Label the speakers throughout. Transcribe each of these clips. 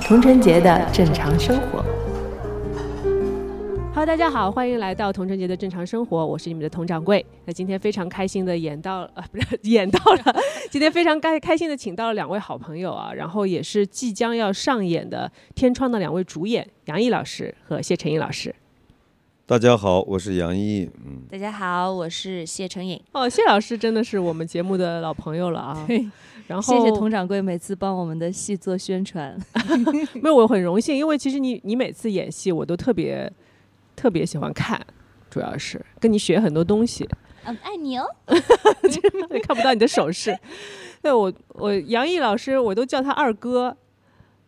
Speaker 1: 童晨杰的正常生活。
Speaker 2: Hello，大家好，欢迎来到童晨杰的正常生活，我是你们的佟掌柜。那今天非常开心的演到呃， 不是演到了， 今天非常开开心的请到了两位好朋友啊，然后也是即将要上演的《天窗》的两位主演杨毅老师和谢晨毅老师。
Speaker 3: 大家好，我是杨毅。嗯，
Speaker 4: 大家好，我是谢成颖。
Speaker 2: 哦，谢老师真的是我们节目的老朋友了啊。
Speaker 4: 对，
Speaker 2: 然后
Speaker 4: 谢谢佟掌柜每次帮我们的戏做宣传。
Speaker 2: 没有，我很荣幸，因为其实你你每次演戏我都特别特别喜欢看，主要是跟你学很多东西。
Speaker 4: 嗯，爱你 哦。
Speaker 2: 看不到你的手势。 对我，我杨毅老师，我都叫他二哥。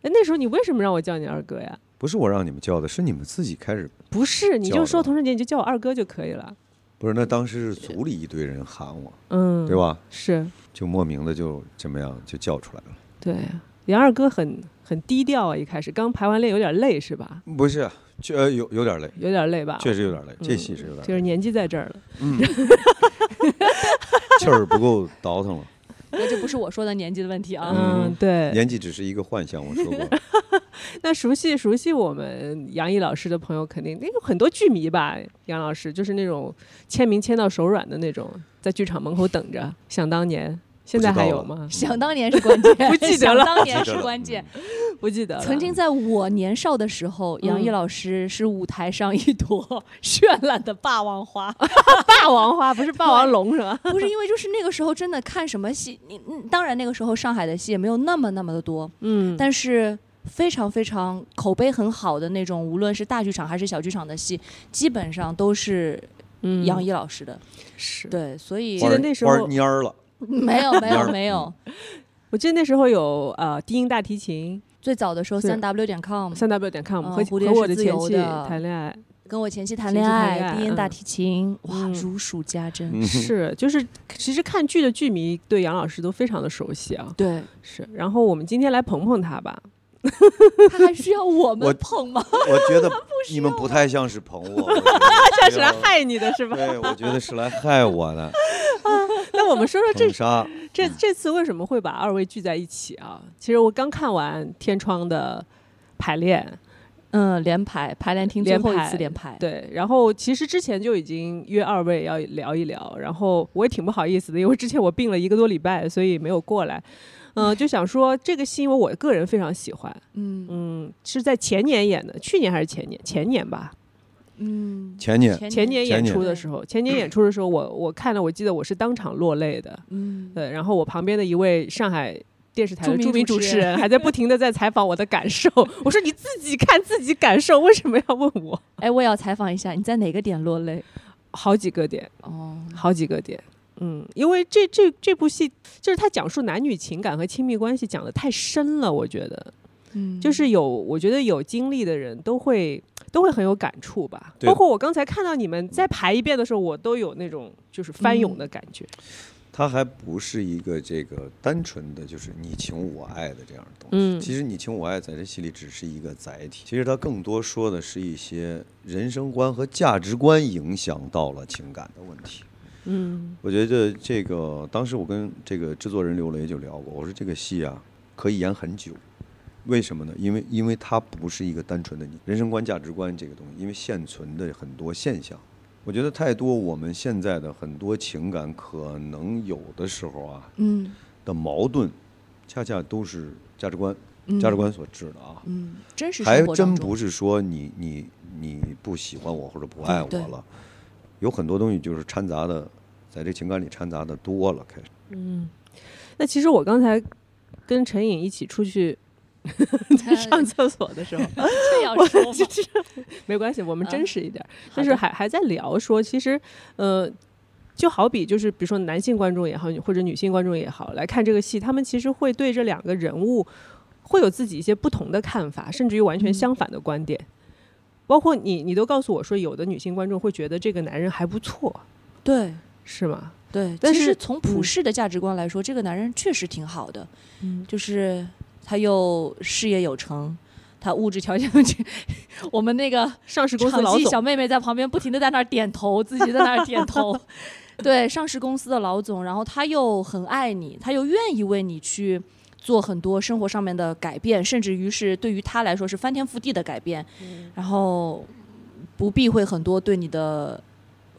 Speaker 2: 哎，那时候你为什么让我叫你二哥呀？
Speaker 3: 不是我让你们叫的，是你们自己开始。
Speaker 2: 不是，你
Speaker 3: 叫
Speaker 2: 就
Speaker 3: 的
Speaker 2: 说
Speaker 3: 吧
Speaker 2: 童晨杰，你就叫我二哥就可以了。
Speaker 3: 不是，那当时是组里一堆人喊我，
Speaker 2: 嗯，
Speaker 3: 对？吧？
Speaker 2: 是，
Speaker 3: 就莫名的就这么样就叫出来了。
Speaker 2: 对。杨二哥很很低调啊，一开始刚排完练有点累是吧？
Speaker 3: 不是，确呃有有点累，
Speaker 2: 有点累吧？
Speaker 3: 确实有点累，这戏啊嗯是有
Speaker 2: 就
Speaker 3: 点 累，
Speaker 2: 是年纪在这儿了。
Speaker 3: 嗯，气儿不够倒腾了。
Speaker 4: 那这不是我说的年纪的问题啊。
Speaker 2: 嗯，
Speaker 3: 嗯
Speaker 2: 对。
Speaker 3: 年纪只是一个幻想，我说 过。
Speaker 2: 那熟悉熟悉我们杨毅老师的朋友，肯定那有很多剧迷吧？杨老师就是那种签名签到手软的那种，在剧场门口等着。想当年，现在还有吗？
Speaker 4: 想当年是关键，
Speaker 2: 不记得了
Speaker 4: 想当年
Speaker 3: 记得
Speaker 4: 是
Speaker 3: 了
Speaker 4: 关键。
Speaker 2: 不记得了。
Speaker 4: 曾经在我年少的时候，杨毅
Speaker 2: 嗯
Speaker 4: 老师是舞台上一朵绚烂的霸 王花，
Speaker 2: 霸王花不是霸王龙是吧？
Speaker 4: 不是因为就是那个时候真的看什么戏，你嗯当然那个时候上海的戏也没有那么那么的多，
Speaker 2: 嗯但
Speaker 4: 但是非常非常口碑很好的那种，无论是大剧场还是小剧场的戏，基本上都是
Speaker 2: 嗯
Speaker 4: 杨毅老师的。
Speaker 2: 是对，
Speaker 4: 对，所以
Speaker 2: 记
Speaker 3: 花
Speaker 2: 得
Speaker 3: 儿
Speaker 2: 那时
Speaker 3: 花儿
Speaker 2: 候
Speaker 3: 蔫儿了，
Speaker 4: 没有没
Speaker 3: 蔫
Speaker 4: 有
Speaker 3: 儿嗯
Speaker 4: 没有，
Speaker 2: 我记得那时候有呃低音大提琴
Speaker 4: 最早的时候
Speaker 2: 是
Speaker 4: 三 w 点 com
Speaker 2: 三 w 点 com
Speaker 4: 嗯
Speaker 2: 和
Speaker 4: 蝴蝶
Speaker 2: 和我
Speaker 4: 是自
Speaker 2: 前
Speaker 4: 由
Speaker 2: 妻
Speaker 4: 的
Speaker 2: 谈恋爱
Speaker 4: 跟我前妻谈
Speaker 2: 前
Speaker 4: 恋
Speaker 2: 妻谈恋
Speaker 4: 爱，
Speaker 2: 爱
Speaker 4: 低音大
Speaker 2: 嗯
Speaker 4: 提琴，哇，
Speaker 2: 嗯
Speaker 4: 如数家珍。
Speaker 3: 嗯
Speaker 2: 是就是其实看剧的剧迷对杨老师都非常的熟悉啊。
Speaker 4: 对，
Speaker 2: 是，然后我们今天来捧捧他吧。
Speaker 4: 他还需要我
Speaker 3: 我
Speaker 4: 们捧吗？
Speaker 3: 我觉得你们不太像是捧 我，
Speaker 2: 他是来害你的是
Speaker 3: 我觉
Speaker 2: 吧？
Speaker 3: 得对，我觉得是来害我 的，
Speaker 2: 那我们说说这
Speaker 3: 捧杀。
Speaker 2: 这这次为什么会把二位聚在一起啊？其实我刚看完《天窗》的排练，
Speaker 4: 嗯，连排排练厅最
Speaker 2: 连
Speaker 4: 后一
Speaker 2: 排
Speaker 4: 次连排，
Speaker 2: 对，然后其实之前就已经约二位要聊一聊，然后我也挺不好意思的，因为之前我病了一个多礼拜，所以没有过来。嗯、就想说这个戏，因为我个人非常喜欢，
Speaker 4: 嗯
Speaker 2: 嗯，是在前年演的，去年还是前年？前年吧，
Speaker 4: 嗯，
Speaker 3: 前年
Speaker 2: 前年演
Speaker 3: 前年
Speaker 2: 出的时候，前年演出的时候，我我看了，我记得我是当场落泪的。
Speaker 4: 嗯，
Speaker 2: 对，然后我旁边的一位上海电视台的
Speaker 4: 著名
Speaker 2: 著名
Speaker 4: 主
Speaker 2: 主
Speaker 4: 持
Speaker 2: 持人还在不停的在采访我的感受，我说你自己看自己感受，为什么要问我？
Speaker 4: 哎，我也要采访一下，你在哪个点落泪？
Speaker 2: 好几个点。
Speaker 4: 哦，
Speaker 2: 好几个点。嗯，因为这这这部戏就是它讲述男女情感和亲密关系讲的太深了，我觉得
Speaker 4: 嗯，
Speaker 2: 就是有，我觉得有经历的人都会都会很有感触吧。
Speaker 3: 对
Speaker 2: 包括我刚才看到你们再排一遍的时候，我都有那种就是翻涌
Speaker 4: 嗯
Speaker 2: 的感觉。
Speaker 3: 它还不是一个这个单纯的就是你情我爱的这样的东西。
Speaker 2: 嗯
Speaker 3: 其实你情我爱在这戏里只是一个载体，其实它更多说的是一些人生观和价值观影响到了情感的问题。
Speaker 2: 嗯
Speaker 3: 我觉得这个当时我跟这个制作人刘雷就聊过，我说这个戏啊可以演很久，为什么呢？因为因为它不是一个单纯的你人生观、价值观这个东西，因为现存的很多现象，我觉得太多我们现在的很多情感可能有的时候啊
Speaker 4: 嗯
Speaker 3: 的矛盾，恰恰都是价值观、
Speaker 4: 嗯
Speaker 3: 价值观所致的啊。
Speaker 4: 嗯，真实
Speaker 3: 还
Speaker 4: 生活
Speaker 3: 真
Speaker 4: 当中
Speaker 3: 不是说你你你不喜欢我或者不爱
Speaker 4: 对
Speaker 3: 我了，有很多东西就是掺杂的，在这情感里掺杂的多了，开始
Speaker 2: 嗯，那其实我刚才跟陈颖一起出去 上厕所的时候，
Speaker 4: 这 要说吗
Speaker 2: 哦 没关系，我们
Speaker 4: 啊
Speaker 2: 真实一点。
Speaker 4: 好
Speaker 2: 但是
Speaker 4: 的
Speaker 2: 还还在聊说，其实呃，就好比就是比如说男性观众也好，或者女性观众也好，来看这个戏，他们其实会对这两个人物会有自己一些不同的看法，甚至于完全相反的观点。包括你，你都告诉我说，有的女性观众会觉得这个男人还不错，
Speaker 4: 对
Speaker 2: 是吗？
Speaker 4: 对，
Speaker 2: 但
Speaker 4: 其实
Speaker 2: 是
Speaker 4: 从
Speaker 2: 嗯
Speaker 4: 普世的价值观来说，这个男人确实挺好的，
Speaker 2: 嗯
Speaker 4: 就是他又事业有成，他物质条件 问题，我们那个
Speaker 2: 上 市公司
Speaker 4: 场
Speaker 2: 老
Speaker 4: 记
Speaker 2: 总，
Speaker 4: 小妹妹在旁边不停的在那儿点头，自己在那儿点 头。对，上市公司的老总，然后他又很爱你，他又愿意为你去做很多生活上面的改变，甚至于是对于他来说是翻天覆地的改变，
Speaker 2: 嗯
Speaker 4: 然后不避讳很多对你的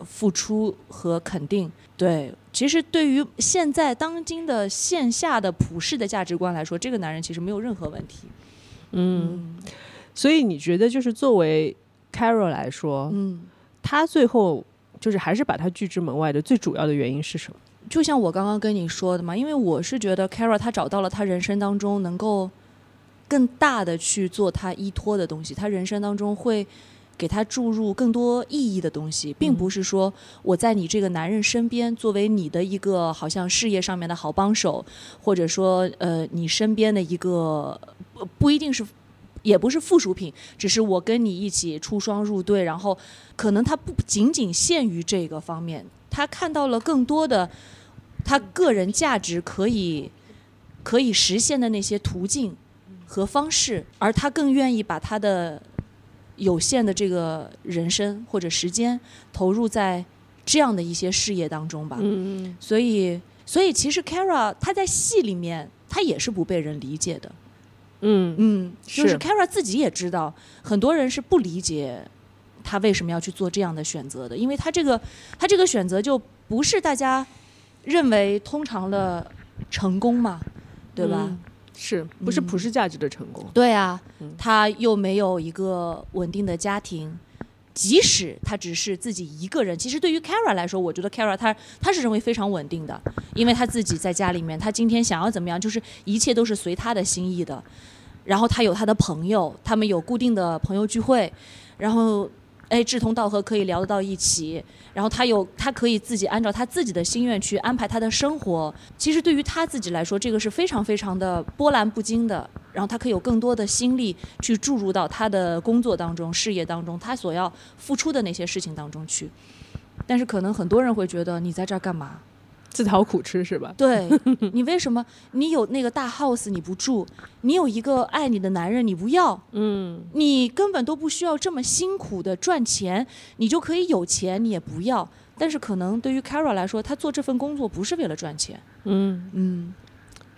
Speaker 4: 付出和肯定。对，其实对于现在当今的线下的普世的价值观来说，这个男人其实没有任何问题。
Speaker 2: 嗯，所以你觉得就是作为 Carol 来说，
Speaker 4: 嗯。
Speaker 2: 他最后就是还是把他拒之门外的最主要的原因是什么？
Speaker 4: 就像我刚刚跟你说的嘛，因为我是觉得 Kara 她找到了她人生当中能够更大的去做她依托的东西，她人生当中会给她注入更多意义的东西，并不是说我在你这个男人身边作为你的一个好像事业上面的好帮手，或者说呃你身边的一个不不一定是。也不是附属品，只是我跟你一起出双入对，然后可能他不仅仅限于这个方面，他看到了更多的他个人价值可以可以实现的那些途径和方式，而他更愿意把他的有限的这个人生或者时间投入在这样的一些事业当中吧。
Speaker 2: 嗯
Speaker 4: 所以，所以其实 Kara 她在戏里面，她也是不被人理解的。
Speaker 2: 嗯
Speaker 4: 嗯，就是是 Kara 自己也知道，很多人是不理解他为什么要去做这样的选择的，因为他这个他这个选择就不是大家认为通常的成功嘛，对吧？
Speaker 2: 嗯是不是
Speaker 4: 嗯
Speaker 2: 普世价值的成功？
Speaker 4: 对啊
Speaker 2: 嗯，
Speaker 4: 他又没有一个稳定的家庭。即使他只是自己一个人，其实对于 Kara 来说，我觉得 Kara 她她是认为非常稳定的，因为她自己在家里面，她今天想要怎么样，就是一切都是随她的心意的。然后她有她的朋友，他们有固定的朋友聚会，然后哎志同道合可以聊得到一起，然后她有她可以自己按照她自己的心愿去安排她的生活，其实对于他自己来说，这个是非常非常的波澜不惊的。然后他可以有更多的心力去注入到他的工作当中、事业当中，他所要付出的那些事情当中去。但是可能很多人会觉得你在这儿干嘛？
Speaker 2: 自讨苦吃是吧？
Speaker 4: 对你为什么你有那个大 house 你不住，你有一个爱你的男人你不要，
Speaker 2: 嗯
Speaker 4: 你根本都不需要这么辛苦的赚钱，你就可以有钱，你也不要。但是可能对于 Kara 来说，他做这份工作不是为了赚钱，
Speaker 2: 嗯，
Speaker 4: 嗯。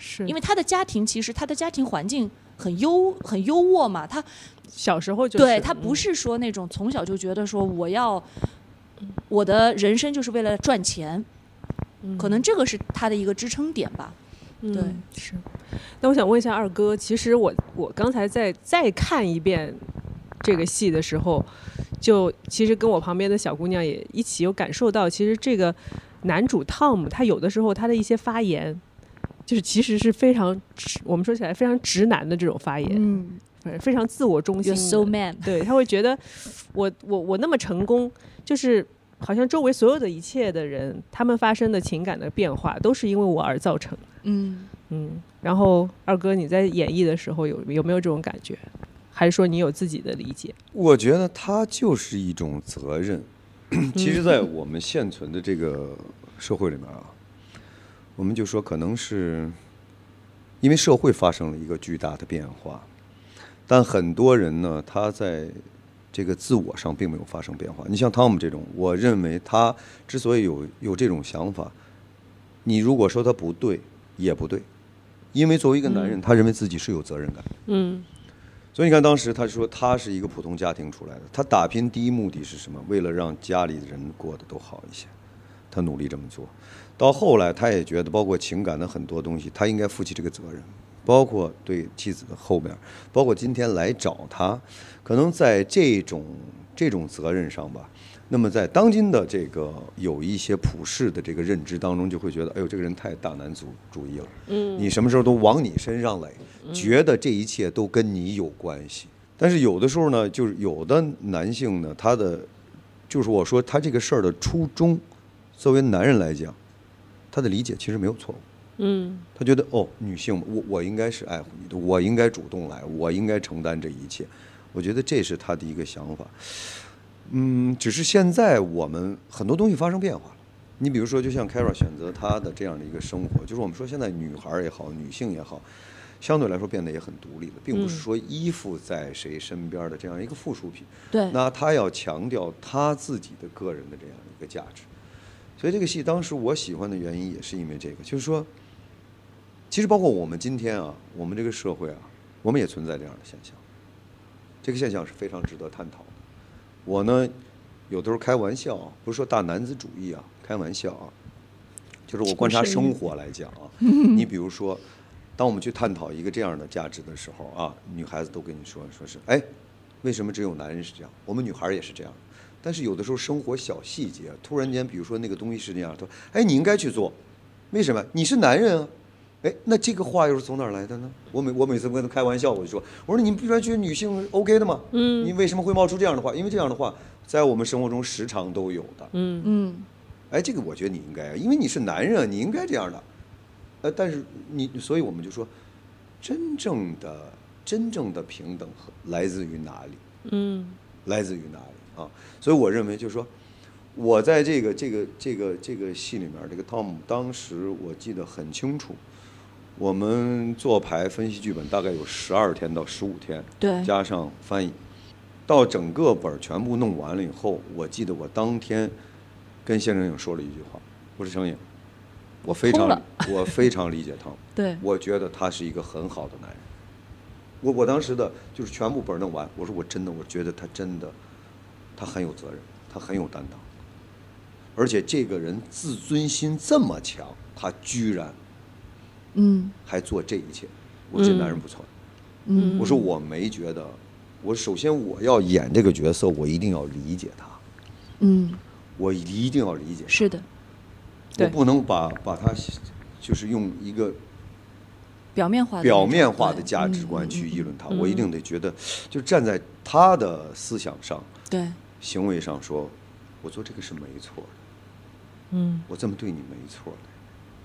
Speaker 2: 是
Speaker 4: 因
Speaker 2: 为
Speaker 4: 为他的家庭其实他的家庭环境很优很优渥嘛，他
Speaker 2: 小时候就是嗯
Speaker 4: 对他不是说那种从小就觉得说我要我的人生就是为了赚钱，
Speaker 2: 嗯
Speaker 4: 可能这个是他的一个支撑点吧。
Speaker 2: 嗯
Speaker 4: 对
Speaker 2: 是。那我想问一下二哥，其实我我刚才在再看一遍这个戏的时候，就其实跟我旁边的小姑娘也一起有感受到，其实这个男主 Tom 他有的时候他的一些发言，就是其实是非常直，我们说起来非常直男的这种发言，
Speaker 4: 嗯
Speaker 2: 嗯、非常自我中心
Speaker 4: ，You're
Speaker 2: 的。
Speaker 4: so man。
Speaker 2: 对他会觉得我我我那么成功，就是好像周围所有的一切的人，他们发生的情感的变化都是因为我而造成的。
Speaker 4: 嗯，
Speaker 2: 嗯，然后二哥你在演绎的时候有有没有这种感觉？还是说你有自己的理解？
Speaker 3: 我觉得它就是一种责任。其实，在我们现存的这个社会里面啊，我们就说可能是因为社会发生了一个巨大的变化，但很多人呢，他在这个自我上并没有发生变化。你像汤姆这种，我认为他之所以有有这种想法，你如果说他不对，也不对，因为作为一个男人，他认为自己是有责任感的。
Speaker 2: 嗯
Speaker 3: 所以你看，当时他说他是一个普通家庭出来的，他打拼第一目的是什么？为了让家里的人过得都好一些，他努力这么做。到后来，他也觉得，包括情感的很多东西，他应该负起这个责任，包括对妻子的后面，包括今天来找他，可能在这种这种责任上吧。那么在当今的这个有一些普世的这个认知当中，就会觉得，哎呦，这个人太大男子主义了。你什么时候都往你身上垒，觉得这一切都跟你有关系。但是有的时候呢，就是有的男性呢，他的就是我说他这个事儿的初衷，作为男人来讲，他的理解其实没有错误。
Speaker 2: 嗯
Speaker 3: 他觉得哦，女性，我我应该是爱护你的，我应该主动来，我应该承担这一切。我觉得这是他的一个想法。嗯，只是现在我们很多东西发生变化了。你比如说，就像 Kara 选择她的这样的一个生活，就是我们说现在女孩儿也好，女性也好，相对来说变得也很独立了，并不是
Speaker 2: 嗯
Speaker 3: 说依附在谁身边的这样一个附属品。
Speaker 4: 对，
Speaker 3: 那他要强调他自己的个人的这样一个价值。所以这个戏当时我喜欢的原因也是因为这个，就是说，其实包括我们今天啊，我们这个社会啊，我们也存在这样的现象。这个现象是非常值得探讨的。我呢，有的时候开玩笑，啊不是说大男子主义啊，开玩笑啊，就是我观察生活来讲啊，你比如说，当我们去探讨一个这样的价值的时候啊，女孩子都跟你说，说是哎，为什么只有男人是这样？我们女孩儿也是这样。但是有的时候生活小细节，突然间，比如说那个东西是那样，他说：“哎，你应该去做，为什么？你是男人啊。”哎，那这个话又是从哪儿来的呢？我每我每次跟他开玩笑，我就说：“我说你们不然觉得女性是 OK 的吗？嗯，你为什么会冒出这样的话？因为这样的话在我们生活中时常都有的。
Speaker 2: 嗯，
Speaker 4: 嗯，
Speaker 3: 哎，这个我觉得你应该啊，因为你是男人啊，你应该这样的。呃，但是你，所以我们就说，真正的真正的平等和来自于哪里？
Speaker 2: 嗯，
Speaker 3: 来自于哪里啊？所以我认为就是说，我在这个这个这个这个戏里面，这个汤姆当时我记得很清楚，我们做牌分析剧本大概有十二天到十五天，
Speaker 4: 对
Speaker 3: 加上翻译，到整个本儿全部弄完了以后，我记得我当天跟谢正颖说了一句话，我说程颖，我非
Speaker 4: 通
Speaker 3: 常
Speaker 4: 了
Speaker 3: 我非常理解汤姆。
Speaker 4: 对，
Speaker 3: 我觉得他是一个很好的男人。我我当时的就是全部本儿弄完，我说我真的，我觉得他真的，他很有责任，他很有担当，而且这个人自尊心这么强，他居然
Speaker 4: 嗯
Speaker 3: 还做这一切，我这男人不错。
Speaker 4: 嗯
Speaker 3: 我说我没觉得，我首先我要演这个角色，我一定要理解他，
Speaker 4: 嗯，
Speaker 3: 我一定要理解他。
Speaker 4: 是的，
Speaker 3: 我
Speaker 2: 对
Speaker 3: 不能把把他就是用一个
Speaker 4: 表面化的那
Speaker 3: 表
Speaker 4: 种
Speaker 3: 面化的
Speaker 4: 对
Speaker 3: 价值
Speaker 4: 嗯
Speaker 3: 观
Speaker 4: 嗯
Speaker 3: 去
Speaker 4: 嗯
Speaker 3: 议论他，我一定得觉得，就站在他的思想上、
Speaker 4: 对，
Speaker 3: 行为上说，我做这个是没错的，
Speaker 2: 嗯，
Speaker 3: 我这么对你没错的，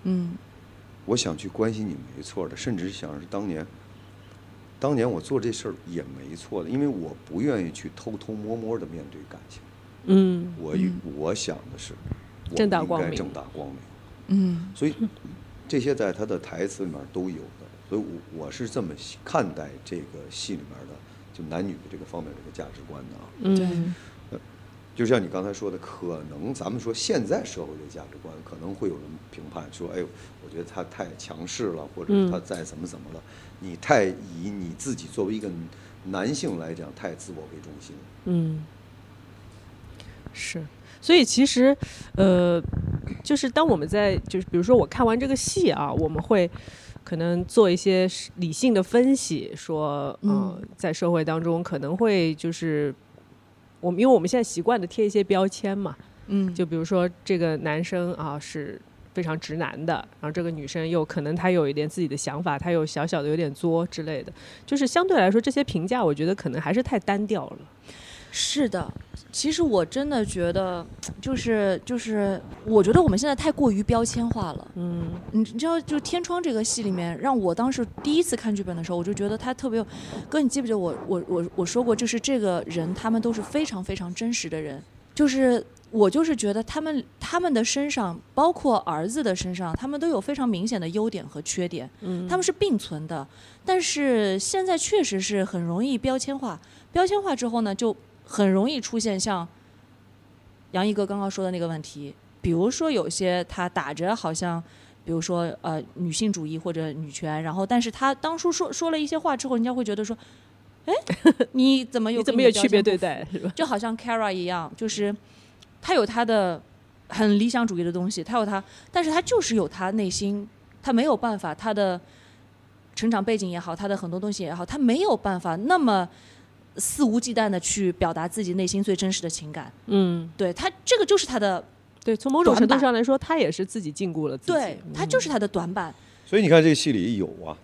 Speaker 4: 嗯
Speaker 3: 我想去关心你没错的，甚至想是当年，当年我做这事儿也没错的，因为我不愿意去偷偷摸摸的面对感情，
Speaker 2: 嗯，
Speaker 3: 我与我想的是，我
Speaker 2: 正大
Speaker 3: 应
Speaker 2: 光
Speaker 3: 该
Speaker 2: 明
Speaker 3: 正大光明。
Speaker 4: 嗯
Speaker 3: 所以这些在他的台词里面都有的，所以我我是这么看待这个戏里面的就男女的这个方面的这个价值观的啊。
Speaker 4: 对
Speaker 2: 嗯，
Speaker 3: 就像你刚才说的，可能咱们说现在社会的价值观，可能会有人评判说，哎呦，我觉得他太强势了，或者是
Speaker 2: 嗯
Speaker 3: 他再怎么怎么了，你太以你自己作为一个男性来讲，太自我为中心了。
Speaker 2: 嗯，是，所以其实，呃，就是当我们在就是比如说我看完这个戏啊，我们会可能做一些是理性的分析，说，呃、
Speaker 4: 嗯
Speaker 2: 在社会当中可能会就是我们因为我们现在习惯的贴一些标签嘛，
Speaker 4: 嗯，
Speaker 2: 就比如说这个男生啊是非常直男的，然后这个女生又可能她有一点自己的想法，她有小小的有点作之类的，就是相对来说这些评价，我觉得可能还是太单调了。
Speaker 4: 是的，其实我真的觉得，就是就是，我觉得我们现在太过于标签化了。
Speaker 2: 嗯
Speaker 4: 你你知道，就是《天窗》这个戏里面，让我当时第一次看剧本的时候，我就觉得他特别有。哥，你记不记得我我我我说过，就是这个人，他们都是非常非常真实的人。就是我就是觉得他们他们的身上，包括儿子的身上，他们都有非常明显的优点和缺点。
Speaker 2: 嗯
Speaker 4: 他们是并存的，但是现在确实是很容易标签化。标签化之后呢，就很容易出现像杨一哥刚刚说的那个问题，比如说有些他打着好像，比如说呃女性主义或者女权，然后但是他当初说说了一些话之后，人家会觉得说，哎， 你怎么有
Speaker 2: 你怎
Speaker 4: 跟
Speaker 2: 么
Speaker 4: 的
Speaker 2: 也
Speaker 4: 标
Speaker 2: 区别
Speaker 4: 签不
Speaker 2: 对待是吧？
Speaker 4: 就好像 Kara 一样，就是他有他的很理想主义的东西，他有他，但是他就是有他内心，他没有办法，他的成长背景也好，他的很多东西也好，他没有办法那么肆无忌惮的去表达自己内心最真实的情感。
Speaker 2: 嗯，
Speaker 4: 对他，这个就是他的，
Speaker 2: 对，从某种
Speaker 4: 短
Speaker 2: 程度
Speaker 4: 板
Speaker 2: 上来说，他也是自己禁锢了自己。嗯
Speaker 4: 对他就是他的短板。
Speaker 3: 所以你看，这个戏里有啊，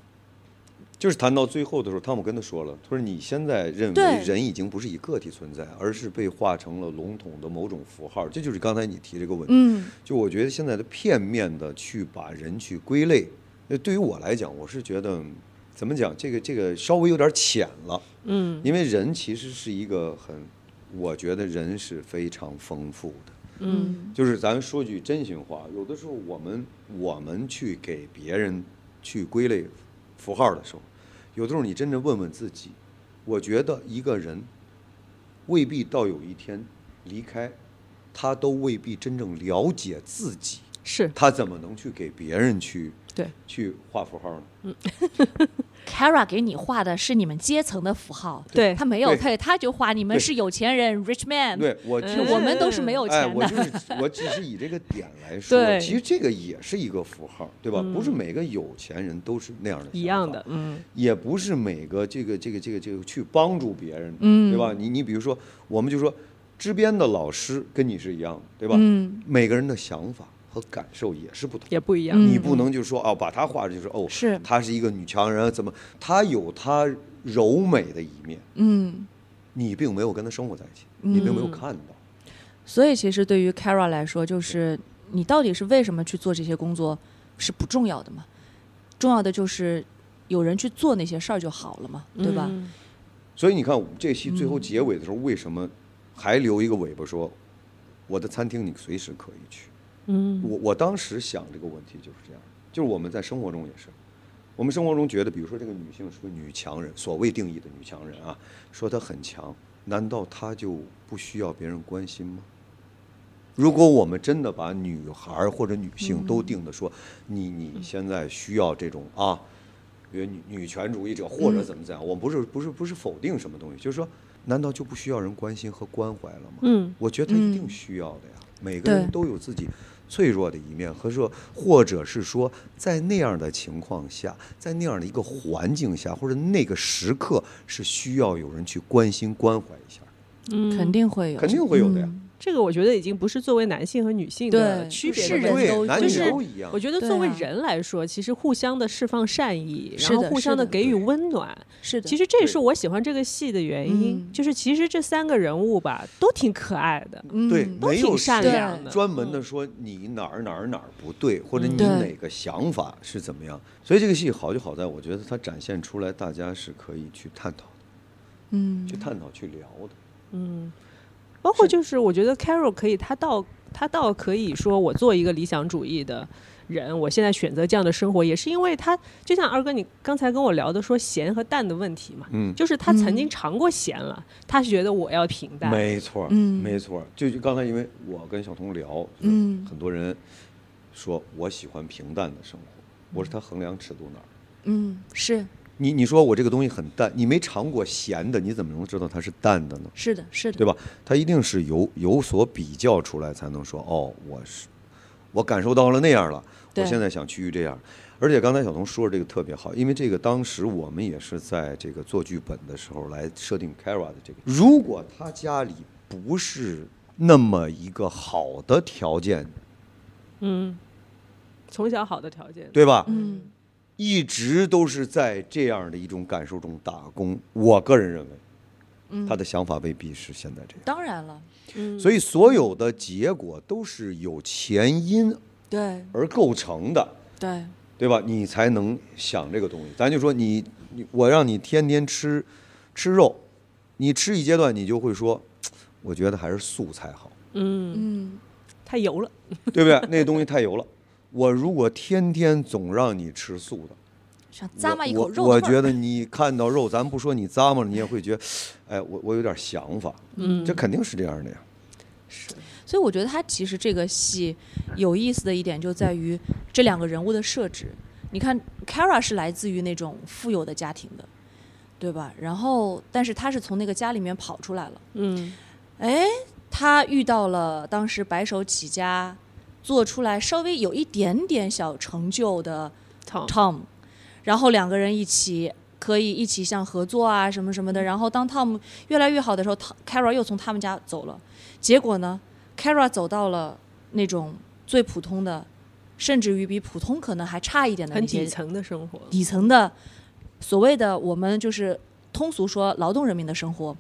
Speaker 3: 就是谈到最后的时候，汤姆跟他说了，他说你现在认为
Speaker 4: 对
Speaker 3: 人已经不是以个体存在，而是被化成了笼统的某种符号。这就是刚才你提这个问题。
Speaker 4: 嗯
Speaker 3: 就我觉得现在的片面的去把人去归类，那对于我来讲，我是觉得嗯怎么讲，这个这个稍微有点浅了。
Speaker 2: 嗯
Speaker 3: 因为人其实是一个很，我觉得人是非常丰富的。
Speaker 2: 嗯
Speaker 3: 就是咱说句真心话，有的时候我们我们去给别人去归类符号的时候，有的时候你真的问问自己，我觉得一个人未必到有一天离开，他都未必真正了解自己，
Speaker 2: 是
Speaker 3: 他怎么能去给别人去
Speaker 2: 对，
Speaker 3: 去画符号呢？
Speaker 4: Kara 给你画的是你们阶层的符号，
Speaker 2: 对
Speaker 4: 他没有，
Speaker 3: 对
Speaker 4: 他他就画你们
Speaker 3: 对
Speaker 4: 是有钱人 rich man，
Speaker 3: 对我就
Speaker 4: 就是我们都是没有
Speaker 3: 哎，
Speaker 4: 钱
Speaker 3: 我
Speaker 4: 的。
Speaker 3: 就是我只是以这个点来说
Speaker 2: 对，
Speaker 3: 其实这个也是一个符号，对吧？不是
Speaker 4: 嗯
Speaker 3: 每个有钱人都是那样的
Speaker 2: 一
Speaker 3: 想
Speaker 2: 样
Speaker 3: 法
Speaker 2: 的，，嗯，
Speaker 3: 也不是每个这个这个这个这个去帮助别人，
Speaker 4: 嗯
Speaker 3: 对吧？你你比如说，我们就说支边的老师跟你是一样的，对吧？
Speaker 4: 嗯，
Speaker 3: 每个人的想法和感受也是不同。
Speaker 2: 也不一样，
Speaker 4: 嗯
Speaker 3: 你不能就说哦，把她画着就是哦，
Speaker 4: 是
Speaker 3: 她是一个女强人，啊怎么？她有她柔美的一面，
Speaker 4: 嗯，
Speaker 3: 你并没有跟她生活在一起，你并没有看到。
Speaker 4: 所以其实对于 Kara 来说，就是你到底是为什么去做这些工作是不重要的嘛，重要的就是有人去做那些事儿就好了嘛，对吧？
Speaker 2: 嗯
Speaker 3: 所以你看，这戏最后
Speaker 4: 嗯
Speaker 3: 结尾的时候，为什么还留一个尾巴说，我的餐厅你随时可以去？
Speaker 2: 嗯，
Speaker 3: 我我当时想这个问题就是这样，就是我们在生活中也是，我们生活中觉得，比如说这个女性是个女强人，所谓定义的女强人啊，说她很强，难道她就不需要别人关心吗？如果我们真的把女孩儿或者女性都定的说，你你现在需要这种啊，比如女女权主义者或者怎么怎样，我不是不是不是否定什么东西，就是说，难道就不需要人关心和关怀了吗？
Speaker 2: 嗯，
Speaker 3: 我觉得他一定
Speaker 4: 嗯
Speaker 3: 需要的呀。每个人
Speaker 4: 对
Speaker 3: 都有自己脆弱的一面，和说，或者是说，在那样的情况下，在那样的一个环境下，或者那个时刻，是需要有人去关心关怀一下，
Speaker 2: 嗯
Speaker 4: 肯定会有，
Speaker 3: 肯定会有的呀。
Speaker 4: 嗯
Speaker 2: 这个我觉得已经不是作为男性和女性的
Speaker 4: 对
Speaker 2: 区别
Speaker 4: 是
Speaker 2: 的
Speaker 4: 人
Speaker 2: 问题
Speaker 4: 都
Speaker 3: 对，男女
Speaker 2: 就是
Speaker 3: 都一样
Speaker 2: 我。觉得
Speaker 4: 对
Speaker 2: 作为
Speaker 4: 啊
Speaker 2: 人来说，其实互相的释放善意，
Speaker 4: 是
Speaker 2: 然后
Speaker 4: 的
Speaker 2: 互
Speaker 4: 是
Speaker 2: 相的
Speaker 4: 的
Speaker 2: 给予温暖，
Speaker 4: 是的，
Speaker 2: 其实这也
Speaker 3: 对
Speaker 2: 是我喜欢这个戏的原因
Speaker 4: 嗯。
Speaker 2: 就是其实这三个人物吧，都挺可爱的，
Speaker 4: 嗯
Speaker 3: 对，
Speaker 2: 都
Speaker 3: 没有
Speaker 2: 挺善
Speaker 3: 谁
Speaker 2: 良的，
Speaker 3: 专门的说你哪儿哪儿哪儿不对，或者你
Speaker 4: 对
Speaker 3: 哪个想法是怎么样。所以这个戏好就好在，我觉得它展现出来，大家是可以去探讨的、
Speaker 4: 嗯
Speaker 3: 去探讨、去聊的。
Speaker 2: 嗯，包括就是我觉得 Carol 可以，他到他到可以说我做一个理想主义的人，我现在选择这样的生活，也是因为他就像二哥你刚才跟我聊的说咸和淡的问题嘛，
Speaker 3: 嗯，
Speaker 2: 就是他曾
Speaker 4: 嗯
Speaker 2: 经尝过咸了，他觉得我要平淡，
Speaker 3: 没错儿，
Speaker 4: 嗯
Speaker 3: 没错儿。就就刚才，因为我跟小童聊，
Speaker 4: 嗯
Speaker 3: 很多人说我喜欢平淡的生活，我说他衡量尺度哪儿？
Speaker 4: 嗯是
Speaker 3: 你你说我这个东西很淡，你没尝过咸的，你怎么能知道它是淡的呢？
Speaker 4: 是的是的，
Speaker 3: 对吧？它一定是有有所比较出来，才能说哦，我是我感受到了那样了，
Speaker 4: 对
Speaker 3: 我现在想趋于这样。而且刚才小童说的这个特别好，因为这个当时我们也是在这个做剧本的时候来设定 Kara 的这个。如果他家里不是那么一个好的条件，
Speaker 2: 嗯，从小好的条件，
Speaker 3: 对吧？
Speaker 4: 嗯
Speaker 3: 一直都是在这样的一种感受中打工。我个人认为，
Speaker 4: 嗯
Speaker 3: 他的想法未必是现在这样。
Speaker 4: 当然了，
Speaker 2: 嗯，
Speaker 3: 所以所有的结果都是有前因
Speaker 4: 对
Speaker 3: 而构成的，
Speaker 4: 对
Speaker 3: 对吧？你才能想这个东西。咱就说你，你我让你天天吃吃肉，你吃一阶段，你就会说，我觉得还是素菜好，
Speaker 2: 嗯，
Speaker 4: 嗯
Speaker 2: 太油了，
Speaker 3: 对不 对？那东西太油了。我如果天天总让你吃素的，
Speaker 4: 想咂
Speaker 3: 我
Speaker 4: 巴一口肉
Speaker 3: 我，我
Speaker 4: 的味
Speaker 3: 觉
Speaker 4: 儿
Speaker 3: 得你看到肉，咱不说你咂摸了，你也会觉得，哎，我我有点想法，
Speaker 2: 嗯
Speaker 3: 这肯定是这样的呀。
Speaker 2: 是，
Speaker 4: 所以我觉得他其实这个戏有意思的一点就在于这两个人物的设置。你看，Kara 是来自于那种富有的家庭的，对吧？然后，但是他是从那个家里面跑出来了。
Speaker 2: 嗯
Speaker 4: 哎，他遇到了当时白手起家，做出来稍微有一点点小成就的
Speaker 2: 操
Speaker 4: Tom，然后两个人一起可以一起像合作啊什么什么的。然后当 Tom 越来越好的时候，Tom-，Kara 又从他们家走了。结果呢，Kara 走到了那种最普通的，甚至于比普通可能还差一点的
Speaker 2: 很
Speaker 4: 那些
Speaker 2: 底层的生活，
Speaker 4: 底层的所谓的我们就是通俗说劳动人民的生活，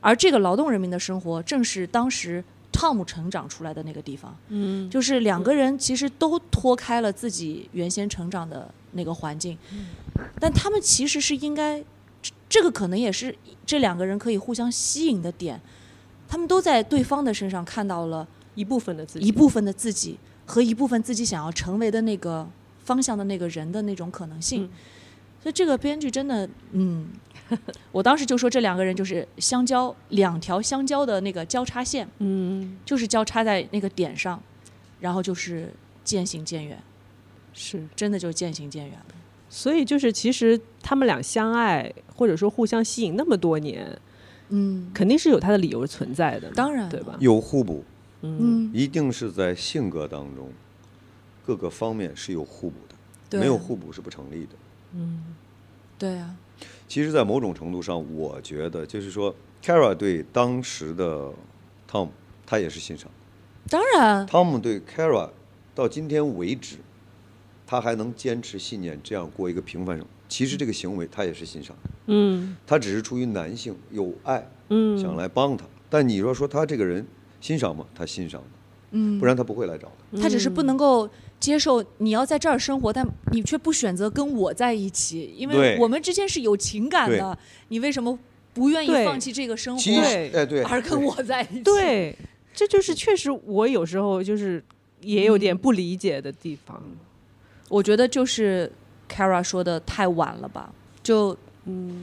Speaker 4: 而这个劳动人民的生活正是当时 Tom 成长出来的那个地方。
Speaker 2: 嗯，
Speaker 4: 就是两个人其实都脱开了自己原先成长的那个环境，但他们其实是应该，这这个可能也是这两个人可以互相吸引的点，他们都在对方的身上看到了
Speaker 2: 一部分的自己，
Speaker 4: 一部分的自己和一部分自己想要成为的那个方向的那个人的那种可能性。
Speaker 2: 嗯
Speaker 4: 所以这个编剧真的，嗯，我当时就说这两个人就是相交两条相交的那个交叉线，
Speaker 2: 嗯，
Speaker 4: 就是交叉在那个点上，然后就是渐行渐远，
Speaker 2: 是。
Speaker 4: 真的就是渐行渐远了。
Speaker 2: 所以就是，其实他们俩相爱或者说互相吸引那么多年，
Speaker 4: 嗯，
Speaker 2: 肯定是有他的理由存在的嘛，
Speaker 4: 当然了
Speaker 2: 对吧？
Speaker 3: 有互补，
Speaker 2: 嗯，
Speaker 4: 嗯，
Speaker 3: 一定是在性格当中各个方面是有互补的，
Speaker 4: 对，
Speaker 3: 没有互补是不成立的。
Speaker 4: 嗯对啊，
Speaker 3: 其实，在某种程度上，我觉得就是说，Kara 对当时的 Tom，他也是欣赏。
Speaker 4: 当然，
Speaker 3: Tom 对 Kara 到今天为止，他还能坚持信念，这样过一个平凡生活。其实这个行为他也是欣赏的，
Speaker 2: 嗯
Speaker 3: 他只是出于男性有爱，
Speaker 2: 嗯，
Speaker 3: 想来帮他。但你要说他这个人欣赏吗？他欣赏的，
Speaker 4: 嗯
Speaker 3: 不，然他不会来找他。
Speaker 4: 他只是不
Speaker 2: 嗯
Speaker 4: 能够接受你要在这儿生活，但你却不选择跟我在一起，因为
Speaker 3: 对
Speaker 4: 我们之间是有情感的，你为什么不愿意
Speaker 2: 对
Speaker 4: 放弃这个生活
Speaker 3: 其实，
Speaker 2: 对
Speaker 3: 哎，对，
Speaker 4: 而跟我在一起？，
Speaker 2: 对，这就是确实我有时候就是也有点不理解的地方。
Speaker 4: 我觉得就是 Kara 说的太晚了吧，就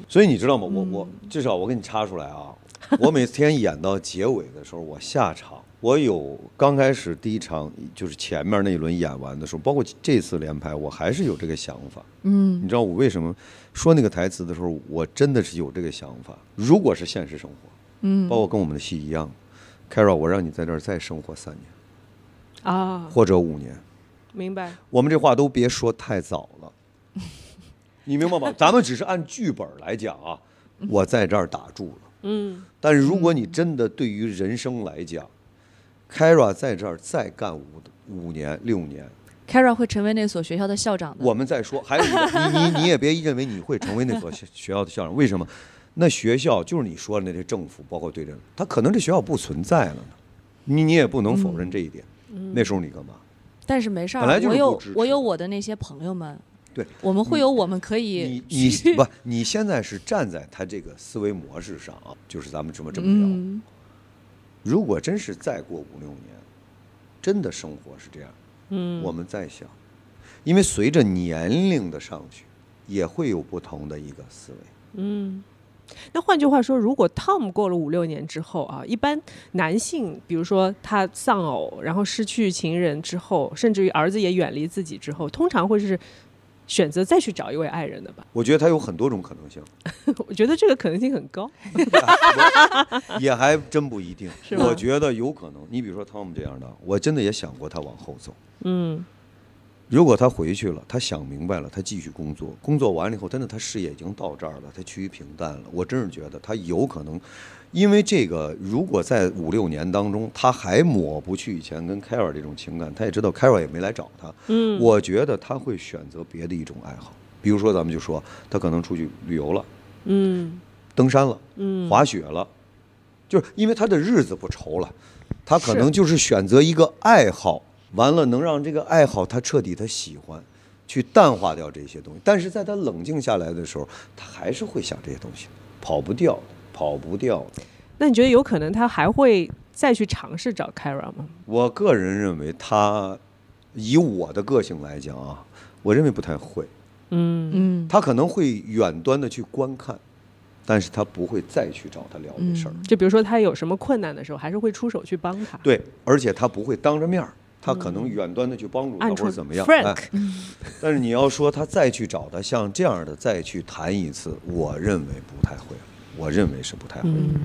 Speaker 3: 所以你知道吗？我我
Speaker 4: 嗯
Speaker 3: 至少我给你插出来啊！ 我每天演到结尾的时候，我下场，我有刚开始第一场就是前面那一轮演完的时候，包括这次连拍，我还是有这个想法。
Speaker 4: 嗯
Speaker 3: 你知道我为什么说那个台词的时候，我真的是有这个想法。如果是现实生活，
Speaker 4: 嗯
Speaker 3: 包括跟我们的戏一样，Kara，我让你在这儿再生活三年
Speaker 2: 啊，
Speaker 3: 或者五年，
Speaker 2: 明白。
Speaker 3: 我们这话都别说太早 了，你明白吗？咱们只是按剧本来讲啊，我在这儿打住了。
Speaker 2: 嗯，
Speaker 3: 但是如果你真的对于人生来讲，Kara 在这儿再干五五年六年，
Speaker 4: ，Kara 会成为那所学校的校长的。
Speaker 3: 我们再说。还有一个，你你你也别认为你会成为那所学学校的校长，为什么？那学校就是你说的那些政府，包括对人，他可能这学校不存在了呢。你你也不能否认这一点。那时候你干嘛？
Speaker 4: 但是没事
Speaker 3: 本来
Speaker 4: 儿，
Speaker 3: 就是
Speaker 4: 我
Speaker 3: 不
Speaker 4: 有
Speaker 3: 支持
Speaker 4: 我有我的那些朋友们，
Speaker 3: 对，
Speaker 4: 我们会有我们可以
Speaker 3: 你你不，你现在是站在他这个思维模式上啊，就是咱们这么这么聊。
Speaker 4: 嗯
Speaker 3: 如果真是再过五六年，真的生活是这样，
Speaker 2: 嗯，
Speaker 3: 我们再想，因为随着年龄的上去，也会有不同的一个思维。
Speaker 2: 嗯，那换句话说，如果 Tom 过了五六年之后啊，一般男性，比如说他丧偶，然后失去情人之后，甚至于儿子也远离自己之后，通常会是选择再去找一位爱人的吧？
Speaker 3: 我觉得它有很多种可能性，
Speaker 2: 我觉得这个可能性很高。
Speaker 3: 也还真不一定。
Speaker 2: 是吗
Speaker 3: 我觉得有可能，你比如说汤姆这样的，我真的也想过他往后走。
Speaker 2: 嗯
Speaker 3: 如果他回去了，他想明白了，他继续工作，工作完了以后，真的他事业已经到这儿了，他趋于平淡了。我真是觉得他有可能，因为这个，如果在五六年当中，他还抹不去以前跟凯尔这种情感，他也知道凯尔也没来找他，
Speaker 2: 嗯，
Speaker 3: 我觉得他会选择别的一种爱好，比如说咱们就说他可能出去旅游了，
Speaker 2: 嗯
Speaker 3: 登山了，
Speaker 2: 嗯，
Speaker 3: 滑雪了，就是因为他的日子不愁了，他可
Speaker 2: 是
Speaker 3: 能就是选择一个爱好，完了能让这个爱好他彻底他喜欢，去淡化掉这些东西。但是在他冷静下来的时候，他还是会想这些东西，跑不掉的，跑不掉的。
Speaker 2: 那你觉得有可能他还会再去尝试找 Kara 吗？
Speaker 3: 我个人认为他，以我的个性来讲啊，我认为不太会，
Speaker 2: 嗯
Speaker 4: 嗯，
Speaker 3: 他可能会远端的去观看，但是他不会再去找他聊这事儿。
Speaker 4: 嗯
Speaker 2: 就比如说他有什么困难的时候，还是会出手去帮他。，
Speaker 3: 对，而且他不会当着面儿，他可
Speaker 4: 嗯
Speaker 3: 能远端的去帮助他、
Speaker 2: 暗
Speaker 3: 或者
Speaker 2: 戳
Speaker 3: 怎么样。
Speaker 2: Frank，、
Speaker 3: 哎，但是你要说他再去找他，像这样的再去谈一次，我认为不太会，我认为是不太会。
Speaker 4: 嗯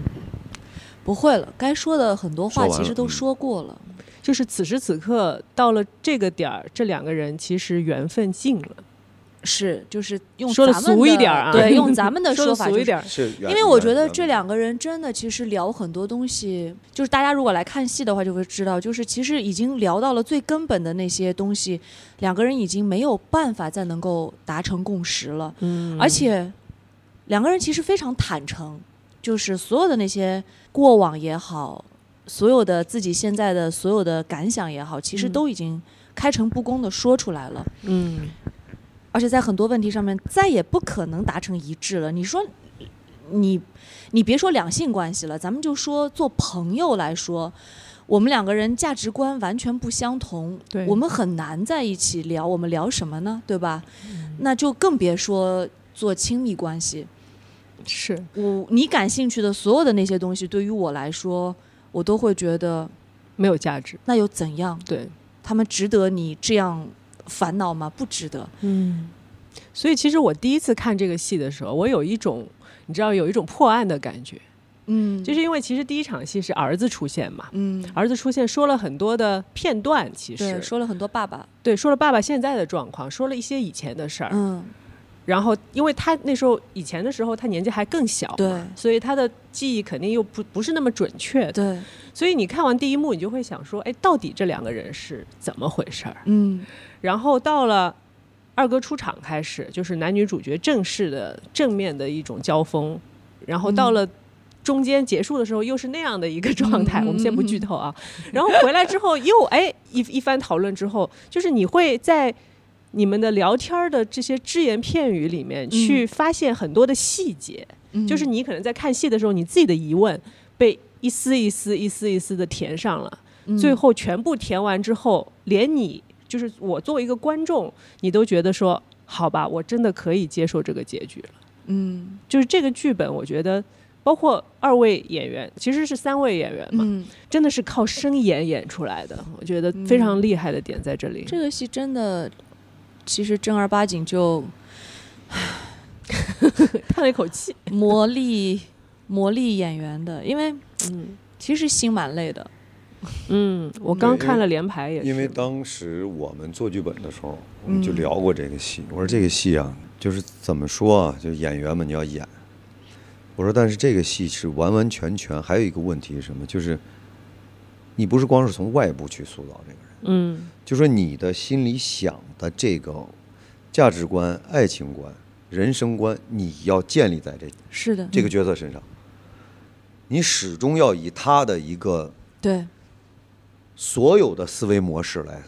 Speaker 4: 不会了，该说的很多
Speaker 3: 说
Speaker 4: 话
Speaker 3: 完
Speaker 4: 其实
Speaker 3: 了
Speaker 4: 都
Speaker 3: 嗯
Speaker 4: 说过了。
Speaker 2: 就是此时此刻到了这个点儿，这两个人其实缘分尽了。
Speaker 4: 是，就是用
Speaker 2: 说的
Speaker 4: 咱们
Speaker 2: 俗一
Speaker 4: 的
Speaker 2: 点儿啊，
Speaker 4: 对，用咱们的
Speaker 2: 说
Speaker 4: 说
Speaker 2: 得
Speaker 4: 法、就
Speaker 2: 俗
Speaker 4: 是
Speaker 2: 一点儿。
Speaker 3: 是，
Speaker 4: 因为我觉得这两
Speaker 3: 个
Speaker 4: 个人真的其实聊很多东西，就是大家如果来看戏的话，就会知道，就是其实已经聊到了最根本的那些东西，两个人已经没有办法再能够达成共识了。
Speaker 2: 嗯
Speaker 4: 而且两个人其实非常坦诚，就是所有的那些过往也好，所有的自己现在的所有的感想也好，其实
Speaker 2: 嗯
Speaker 4: 都已经开诚布公的说出来了。
Speaker 2: 嗯，
Speaker 4: 而且在很多问题上面再也不可能达成一致了。你说，你你别说两性关系了，咱们就说做朋友来说，我们两个人价值观完全不相同，
Speaker 2: 对
Speaker 4: 嗯我们很难在一起聊。我们聊什么呢？对吧？那就更别说做亲密关系。
Speaker 2: 是
Speaker 4: 我你感兴趣的所有的那些东西，对于我来说，我都会觉得
Speaker 2: 没有价值。
Speaker 4: 那又怎样？
Speaker 2: 对，
Speaker 4: 他们值得你这样烦恼吗？不值得。
Speaker 2: 嗯，所以其实我第一次看这个戏的时候，我有一种你知道有一种破案的感觉，
Speaker 4: 嗯，
Speaker 2: 就是因为其实第一场戏是儿子出现嘛，
Speaker 4: 嗯，
Speaker 2: 儿子出现说了很多的片段，其实
Speaker 4: 对，说了很多爸爸，
Speaker 2: 对说了爸爸现在的状况，说了一些以前的事儿，
Speaker 4: 嗯，
Speaker 2: 然后因为他那时候以前的时候他年纪还更小，
Speaker 4: 对
Speaker 2: 所以他的记忆肯定又不不是那么准确的，
Speaker 4: 对，
Speaker 2: 所以你看完第一幕，你就会想说，哎，到底这两个人是怎么回事儿？
Speaker 4: 嗯
Speaker 2: 然后到了二哥出场开始，就是男女主角正式的正面的一种交锋，然后到了。中间结束的时候又是那样的一个状态，
Speaker 4: 嗯嗯
Speaker 2: 我们先不剧透啊。然后回来之后又哎一一番讨论之后，就是你会在你们的聊天的这些只言片语里面去发现很多的细节，
Speaker 4: 嗯，
Speaker 2: 就是你可能在看戏的时候，你自己的疑问被一丝一丝一丝一丝的填上了，
Speaker 4: 嗯
Speaker 2: 最后全部填完之后，连你就是我作为一个观众，你都觉得说好吧，我真的可以接受这个结局了。
Speaker 4: 嗯
Speaker 2: 就是这个剧本，我觉得包括二位演员，其实是三位演员嘛，
Speaker 4: 嗯，
Speaker 2: 真的是靠声演演出来的。我觉得非常厉害的点嗯在这里。
Speaker 4: 这个戏真的，其实正儿八 经就
Speaker 2: 叹了一口气，
Speaker 4: 磨砺磨砺演员的，因为
Speaker 2: 嗯
Speaker 4: 其实心蛮累的，
Speaker 2: 嗯，我
Speaker 3: 对
Speaker 2: 刚
Speaker 3: 因为
Speaker 2: 看了连排也是，
Speaker 3: 因为当时我们做剧本的时候，我们就
Speaker 4: 嗯
Speaker 3: 聊过这个戏。我说这个戏啊，就是怎么说啊，就演员们你要演。我说，但是这个戏是完完全全，还有一个问题是什么？就是你不是光是从外部去塑造这个人，
Speaker 2: 嗯
Speaker 3: 就说你的心里想的这个价值观、爱情观、人生观，你要建立在这
Speaker 4: 是的，
Speaker 3: 这个角色身上。你始终要以他的一个
Speaker 4: 对，
Speaker 3: 所有的思维模式来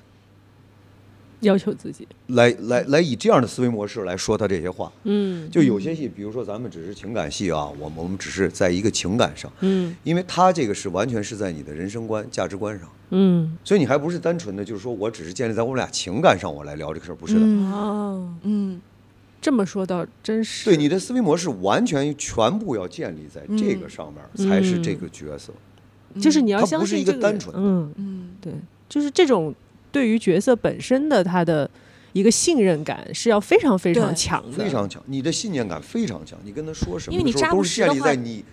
Speaker 2: 要求自己，
Speaker 3: 来来来以这样的思维模式来说他这些话。
Speaker 2: 嗯
Speaker 3: 就有些戏，比如说咱们只是情感戏啊，我们我们只是在一个情感上，
Speaker 2: 嗯
Speaker 3: 因为他这个是完全是在你的人生观、价值观上，
Speaker 2: 嗯
Speaker 3: 所以你还不是单纯的就是说我只是建立在我们俩情感上我来聊这个事儿，不是的。
Speaker 4: 嗯
Speaker 2: 哦，
Speaker 4: 嗯
Speaker 2: 这么说倒真是
Speaker 3: 对你的思维模式完全全部要建立在这
Speaker 4: 嗯
Speaker 3: 个上面，才是这个角色。
Speaker 2: 就是你要
Speaker 3: 它
Speaker 2: 相
Speaker 3: 不是
Speaker 2: 信
Speaker 3: 一个
Speaker 2: 这
Speaker 3: 单
Speaker 2: 人
Speaker 3: 纯的
Speaker 2: 嗯，
Speaker 4: 嗯
Speaker 2: 对，就是这种对于角色本身的他的一个信任感是要非常非常
Speaker 4: 对
Speaker 2: 强的，
Speaker 3: 非常强，你的信念感非常强。你跟他说什么
Speaker 4: 因为
Speaker 3: 的
Speaker 4: 你
Speaker 3: 时候，
Speaker 4: 扎不
Speaker 3: 都是
Speaker 4: 实的
Speaker 3: 建立
Speaker 4: 话
Speaker 3: 在你、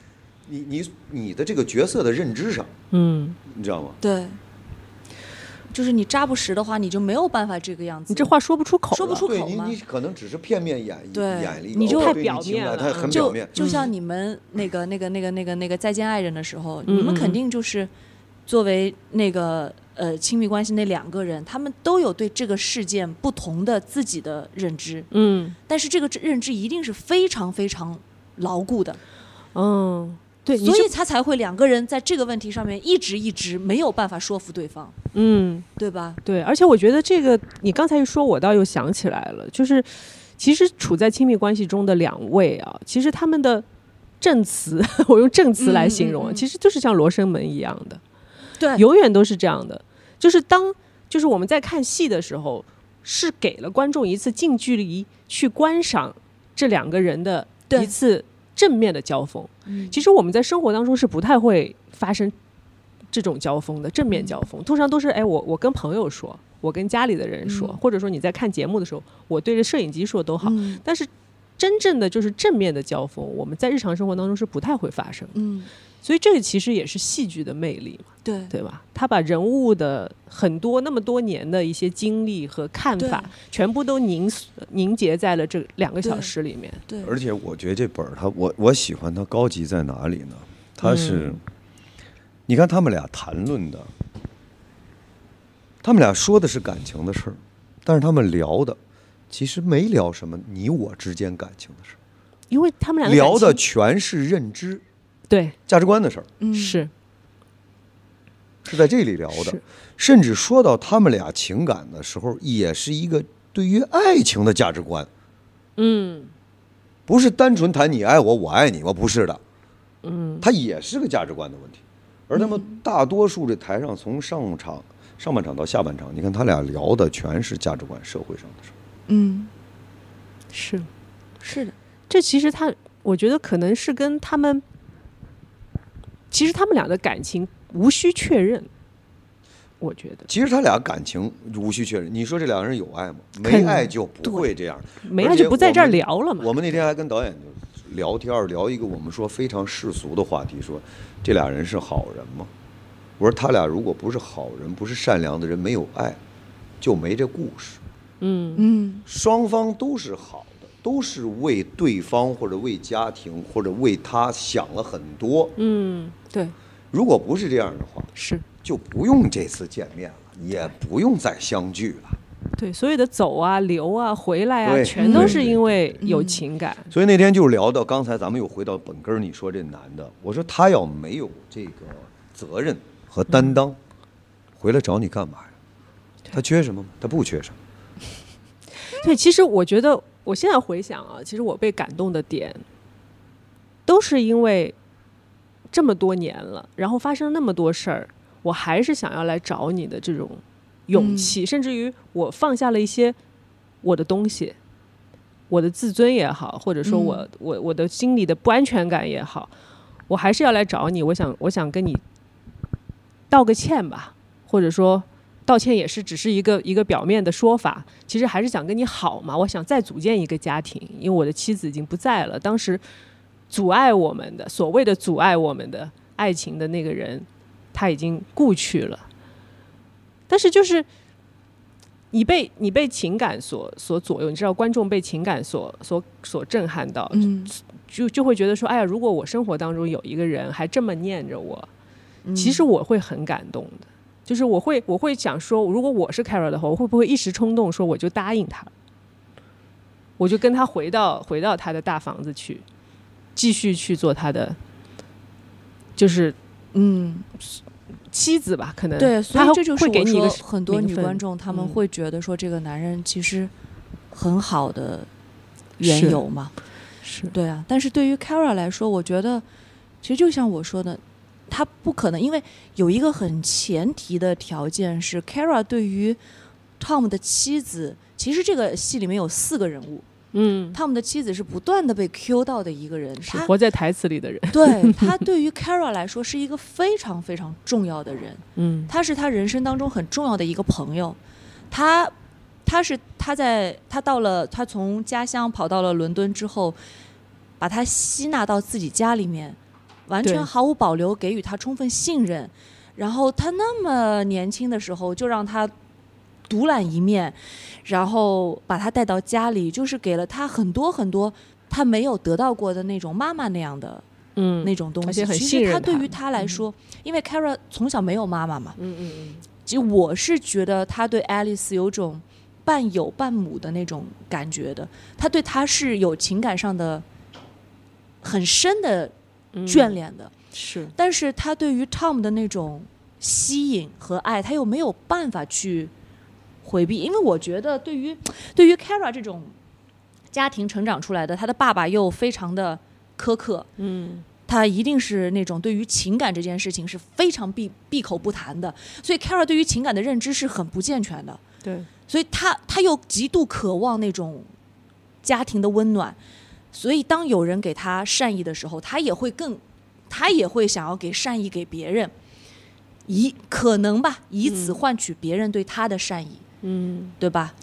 Speaker 3: 你、你、你的这个角色的认知上，
Speaker 2: 嗯，
Speaker 3: 你知道吗？
Speaker 4: 对，就是你扎不实的话，你就没有办法这个样子。
Speaker 2: 你这话说不出口了，
Speaker 4: 说不出
Speaker 3: 对
Speaker 4: 口
Speaker 3: 你，
Speaker 4: 吗
Speaker 3: 你可能只是片面演绎
Speaker 4: 对
Speaker 3: 演了一个，
Speaker 4: 你就
Speaker 3: 哦
Speaker 2: 太
Speaker 3: 对
Speaker 2: 表
Speaker 3: 情
Speaker 2: 面
Speaker 3: 感
Speaker 2: 了
Speaker 3: 它很
Speaker 2: 嗯
Speaker 3: 表
Speaker 4: 就
Speaker 3: 面。
Speaker 4: 就像你们那个那个那个那个那个再见爱人的时候，
Speaker 2: 嗯
Speaker 4: 你们
Speaker 2: 嗯
Speaker 4: 肯定就是作为那个呃亲密关系那两个人，他们都有对这个事件不同的自己的认知，
Speaker 2: 嗯
Speaker 4: 但是这个认知一定是非常非常牢固的，
Speaker 2: 嗯，对，你
Speaker 4: 所
Speaker 2: 是
Speaker 4: 以他才会两个人在这个问题上面一直一直没有办法说服对方，
Speaker 2: 嗯。
Speaker 4: 对吧？
Speaker 2: 对，而且我觉得这个你刚才一说，我倒又想起来了，就是其实处在亲密关系中的两位啊，其实他们的证词， 我用证词来形容啊，
Speaker 4: 嗯嗯嗯
Speaker 2: 其实就是像罗生门一样的，
Speaker 4: 对
Speaker 2: 永远都是这样的。就是当就是我们在看戏的时候，是给了观众一次近距离去观赏这两个人的
Speaker 4: 对
Speaker 2: 一次正面的交锋。
Speaker 4: 嗯
Speaker 2: 其实我们在生活当中是不太会发生这种交锋的，正面交
Speaker 4: 嗯
Speaker 2: 锋，通常都是哎，我我跟朋友说，我跟家里的人说，
Speaker 4: 嗯
Speaker 2: 或者说你在看节目的时候，我对着摄影机说都好。
Speaker 4: 嗯
Speaker 2: 但是真正的就是正面的交锋，我们在日常生活当中是不太会发生的，
Speaker 4: 嗯，
Speaker 2: 所以这个其实也是戏剧的魅力嘛，
Speaker 4: 对
Speaker 2: 对吧？他把人物的很多那么多年的一些经历和看法，全部都凝凝结在了这两个小
Speaker 4: 对
Speaker 2: 时里面。
Speaker 4: 对，
Speaker 3: 而且我觉得这本儿它，我我喜欢它高级在哪里呢？
Speaker 2: 嗯
Speaker 3: 它是，你看他们俩谈论的，他们俩说的是感情的事儿，但是他们聊的其实没聊什么你我之间感情的事儿，
Speaker 2: 因为他们两个
Speaker 3: 聊
Speaker 2: 感
Speaker 3: 的
Speaker 2: 情
Speaker 3: 全是认知、
Speaker 2: 对、
Speaker 3: 价值观的事儿，
Speaker 4: 嗯
Speaker 2: 是
Speaker 3: 是在这里聊的
Speaker 2: 是。
Speaker 3: 甚至说到他们俩情感的时候，也是一个对于爱情的价值观，
Speaker 2: 嗯。
Speaker 3: 不是单纯谈你爱我，我爱你，我不是的，嗯，它也是个价值观的问题。而他们大多数这台上，从上场上半场到下半场，你看他俩聊的全是价值观、社会上的事儿。
Speaker 4: 嗯
Speaker 2: 是
Speaker 4: 是的，
Speaker 2: 这其实他，我觉得可能是跟他们，其实他们俩的感情无需确认，我觉得
Speaker 3: 其实他俩感情无需确认。你说这两个人有爱吗？没
Speaker 2: 肯
Speaker 3: 爱就不会这样。
Speaker 2: 没
Speaker 3: 而
Speaker 2: 爱
Speaker 3: 且
Speaker 2: 就不在这儿
Speaker 3: 我们
Speaker 2: 聊了嘛。
Speaker 3: 我们那天还跟导演就聊天儿，聊一个我们说非常世俗的话题，说这俩人是好人吗？我说他俩如果不是好人，不是善良的人，没有爱，就没这故事。
Speaker 2: 嗯
Speaker 4: 嗯，
Speaker 3: 双方都是好的，都是为对方或者为家庭或者为他想了很多。
Speaker 2: 嗯，
Speaker 4: 对，
Speaker 3: 如果不是这样的话，
Speaker 2: 是
Speaker 3: 就不用这次见面了，也不用再相聚了。
Speaker 2: 对所有的走啊、留啊、回来啊，
Speaker 3: 对
Speaker 2: 全都
Speaker 4: 对
Speaker 2: 是
Speaker 3: 对
Speaker 2: 因为有
Speaker 4: 嗯
Speaker 2: 情感。
Speaker 3: 所以那天就聊到刚才咱们又回到本根儿，你说这男的，我说他要没有这个责任和担当，回来找你干嘛呀？他缺什么吗？他不缺什么。
Speaker 2: 对，其实我觉得我现在回想啊，其实我被感动的点，都是因为这么多年了，然后发生那么多事儿，我还是想要来找你的这种勇
Speaker 4: 嗯
Speaker 2: 气，甚至于我放下了一些我的东西，我的自尊也好，或者说我、
Speaker 4: 嗯
Speaker 2: 我我的心里的不安全感也好，我还是要来找你，我想我想跟你道个歉吧，或者说道歉也是只是一个一个表面的说法，其实还是想跟你好嘛。我想再组建一个家庭，因为我的妻子已经不在了，当时阻碍我们的所谓的阻碍我们的爱情的那个人，他已经故去了。但是就是你被你被情感所所左右，你知道观众被情感所所所震撼到，
Speaker 4: 嗯，
Speaker 2: 就就会觉得说，哎呀，如果我生活当中有一个人还这么念着我，
Speaker 4: 嗯
Speaker 2: 其实我会很感动的，就是我会我会想说，如果我是 Carol 的话，我会不会一时冲动说我就答应他，我就跟他回到回到他的大房子去，继续去做他的，就是
Speaker 4: 嗯，
Speaker 2: 妻子吧，可能
Speaker 4: 对，所以
Speaker 2: 他会
Speaker 4: 这就是
Speaker 2: 会给
Speaker 4: 我
Speaker 2: 你一
Speaker 4: 说
Speaker 2: 个
Speaker 4: 很多
Speaker 2: 名
Speaker 4: 女
Speaker 2: 分
Speaker 4: 观众她们
Speaker 2: 嗯
Speaker 4: 会觉得说这个男人其实很好的缘
Speaker 2: 是
Speaker 4: 由嘛，
Speaker 2: 是
Speaker 4: 对啊。但是对于 Kara 来说，我觉得其实就像我说的，她不可能，因为有一个很前提的条件是 Kara 对于 Tom 的妻子，其实这个戏里面有四个人物
Speaker 2: 嗯，
Speaker 4: ，Tom 的妻子是不断的被 Q 到的一个人，
Speaker 2: 是
Speaker 4: 她
Speaker 2: 活在台词里的人，
Speaker 4: 对她对于 Kara 来说是一个非常非常重要的人。
Speaker 2: 嗯
Speaker 4: 他是他人生当中很重要的一个朋友，他他是他在他到了他从家乡跑到了伦敦之后，把他吸纳到自己家里面，完
Speaker 2: 对
Speaker 4: 全毫无保留给予他充分信任，然后他那么年轻的时候就让他独揽一面，然后把他带到家里，就是给了他很多很多他没有得到过的那种妈妈那样的
Speaker 2: 嗯
Speaker 4: 那种东
Speaker 2: 而
Speaker 4: 西。
Speaker 2: 且很
Speaker 4: 其
Speaker 2: 信
Speaker 4: 实
Speaker 2: 任
Speaker 4: 他对
Speaker 2: 他
Speaker 4: 于他来说，因为 Kara 从小没有妈妈嘛，
Speaker 2: 嗯嗯嗯，
Speaker 4: 其实我是觉得他对 Alice 有种半友半母的那种感觉的，他对她是有情感上的很深的
Speaker 2: 嗯
Speaker 4: 眷恋的，
Speaker 2: 是
Speaker 4: 但是他对于 Tom 的那种吸引和爱，他又没有办法去回避，因为我觉得对于对于 Kara 这种家庭成长出来的，他的爸爸又非常的苛刻，
Speaker 2: 嗯
Speaker 4: 他一定是那种对于情感这件事情是非常闭闭口不谈的，所以 Kara 对于情感的认知是很不健全的，
Speaker 2: 对
Speaker 4: 所以他他又极度渴望那种家庭的温暖，所以当有人给他善意的时候，他也会更，他也会想要给善意给别人，以可能吧，以此换取别人对他的善意，
Speaker 2: 嗯，
Speaker 4: 对吧？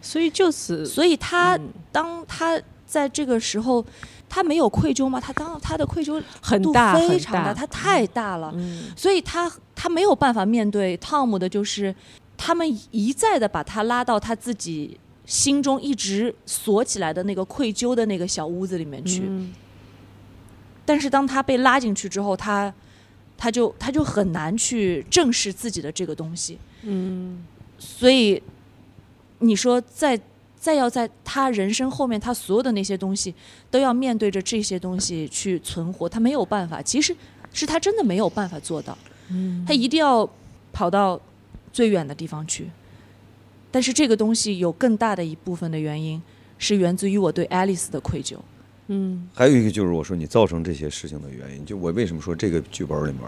Speaker 2: 所以就此
Speaker 4: 所以他、
Speaker 2: 嗯
Speaker 4: 当他在这个时候，他没有愧疚吗？他当他的愧疚
Speaker 2: 很
Speaker 4: 度
Speaker 2: 大
Speaker 4: 非
Speaker 2: 很
Speaker 4: 常大，
Speaker 2: 大，
Speaker 4: 他太大了，
Speaker 2: 嗯
Speaker 4: 所以他他没有办法面对汤姆的，就是他们一再的把他拉到他自己心中一直锁起来的那个愧疚的那个小屋子里面去。
Speaker 2: 嗯
Speaker 4: 但是当他被拉进去之后，他他就他就很难去正视自己的这个东西。
Speaker 2: 嗯。
Speaker 4: 所以你说再再要在他人生后面，他所有的那些东西都要面对着这些东西去存活，他没有办法。其实是他真的没有办法做到。他一定要跑到最远的地方去。但是这个东西有更大的一部分的原因是源自于我对 Alice 的愧疚。
Speaker 2: 嗯
Speaker 3: 还有一个就是我说你造成这些事情的原因，就我为什么说这个剧本里面，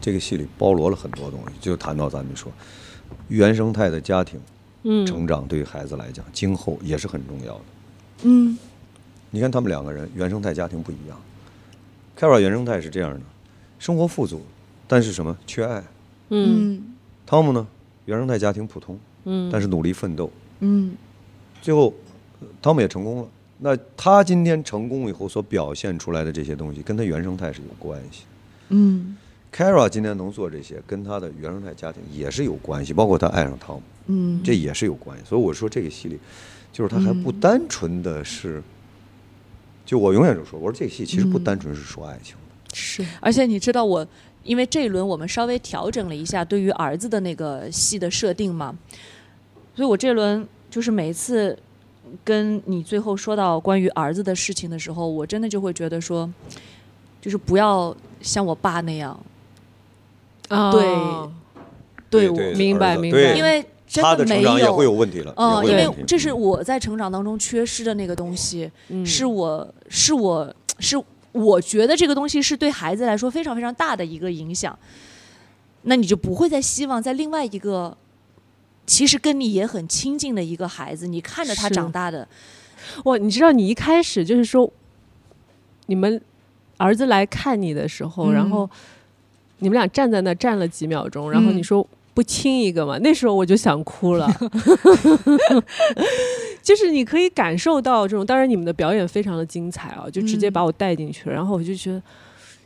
Speaker 3: 这个戏里包罗了很多东西，就谈到咱们说原生态的家庭
Speaker 2: 嗯
Speaker 3: 成长对于孩子来讲，今后也是很重要的。
Speaker 4: 嗯，
Speaker 3: 你看他们两个人原生态家庭不一样，Kara 原生态是这样的，生活富足，但是什么缺爱。
Speaker 2: 嗯
Speaker 4: 嗯
Speaker 3: 汤姆呢，原生态家庭普通，
Speaker 2: 嗯，
Speaker 3: 但是努力奋斗，
Speaker 4: 嗯
Speaker 3: 最后呃汤姆也成功了。那他今天成功以后所表现出来的这些东西，跟他原生态是有关系。
Speaker 4: 嗯
Speaker 3: Kara 今天能做这些，跟她的原生态家庭也是有关系，包括她爱上汤姆，
Speaker 4: 嗯，
Speaker 3: 这也是有关系。所以我说这个戏里，就是它还不单纯的是，就我永远就说，我说这个戏其实不
Speaker 4: 嗯
Speaker 3: 单纯是说爱情的，
Speaker 2: 是
Speaker 4: 而且你知道我，因为这一轮我们稍微调整了一下对于儿子的那个戏的设定嘛，所以我这轮就是每一次跟你最后说到关于儿子的事情的时候，我真的就会觉得说，就是不要像我爸那样，
Speaker 2: 啊，
Speaker 4: 对
Speaker 2: 对，
Speaker 3: 对
Speaker 2: 我明白
Speaker 3: 儿子
Speaker 2: 明
Speaker 3: 对
Speaker 2: 白，
Speaker 4: 因为真
Speaker 3: 他
Speaker 4: 没
Speaker 3: 成长也会有问题了，
Speaker 4: 嗯，
Speaker 3: 也
Speaker 4: 因
Speaker 3: 会有问
Speaker 4: 为
Speaker 3: 题。
Speaker 4: 这是我在成长当中缺失的那个东西，
Speaker 2: 嗯
Speaker 4: 是我是我是我觉得这个东西是对孩子来说非常非常大的一个影响，那你就不会再希望在另外一个其实跟你也很亲近的一个孩子，你看着他
Speaker 2: 是
Speaker 4: 长大的，
Speaker 2: 哇，你知道你一开始就是说，你们儿子来看你的时候，然
Speaker 4: 嗯
Speaker 2: 后你们俩站在那儿站了几秒钟，然后你
Speaker 4: 嗯
Speaker 2: 说。不亲一个嘛，那时候我就想哭 了，就是你可以感受到这种，当然你们的表演非常的精彩啊，就直接
Speaker 4: 嗯
Speaker 2: 把我带进去了，然后我就觉得，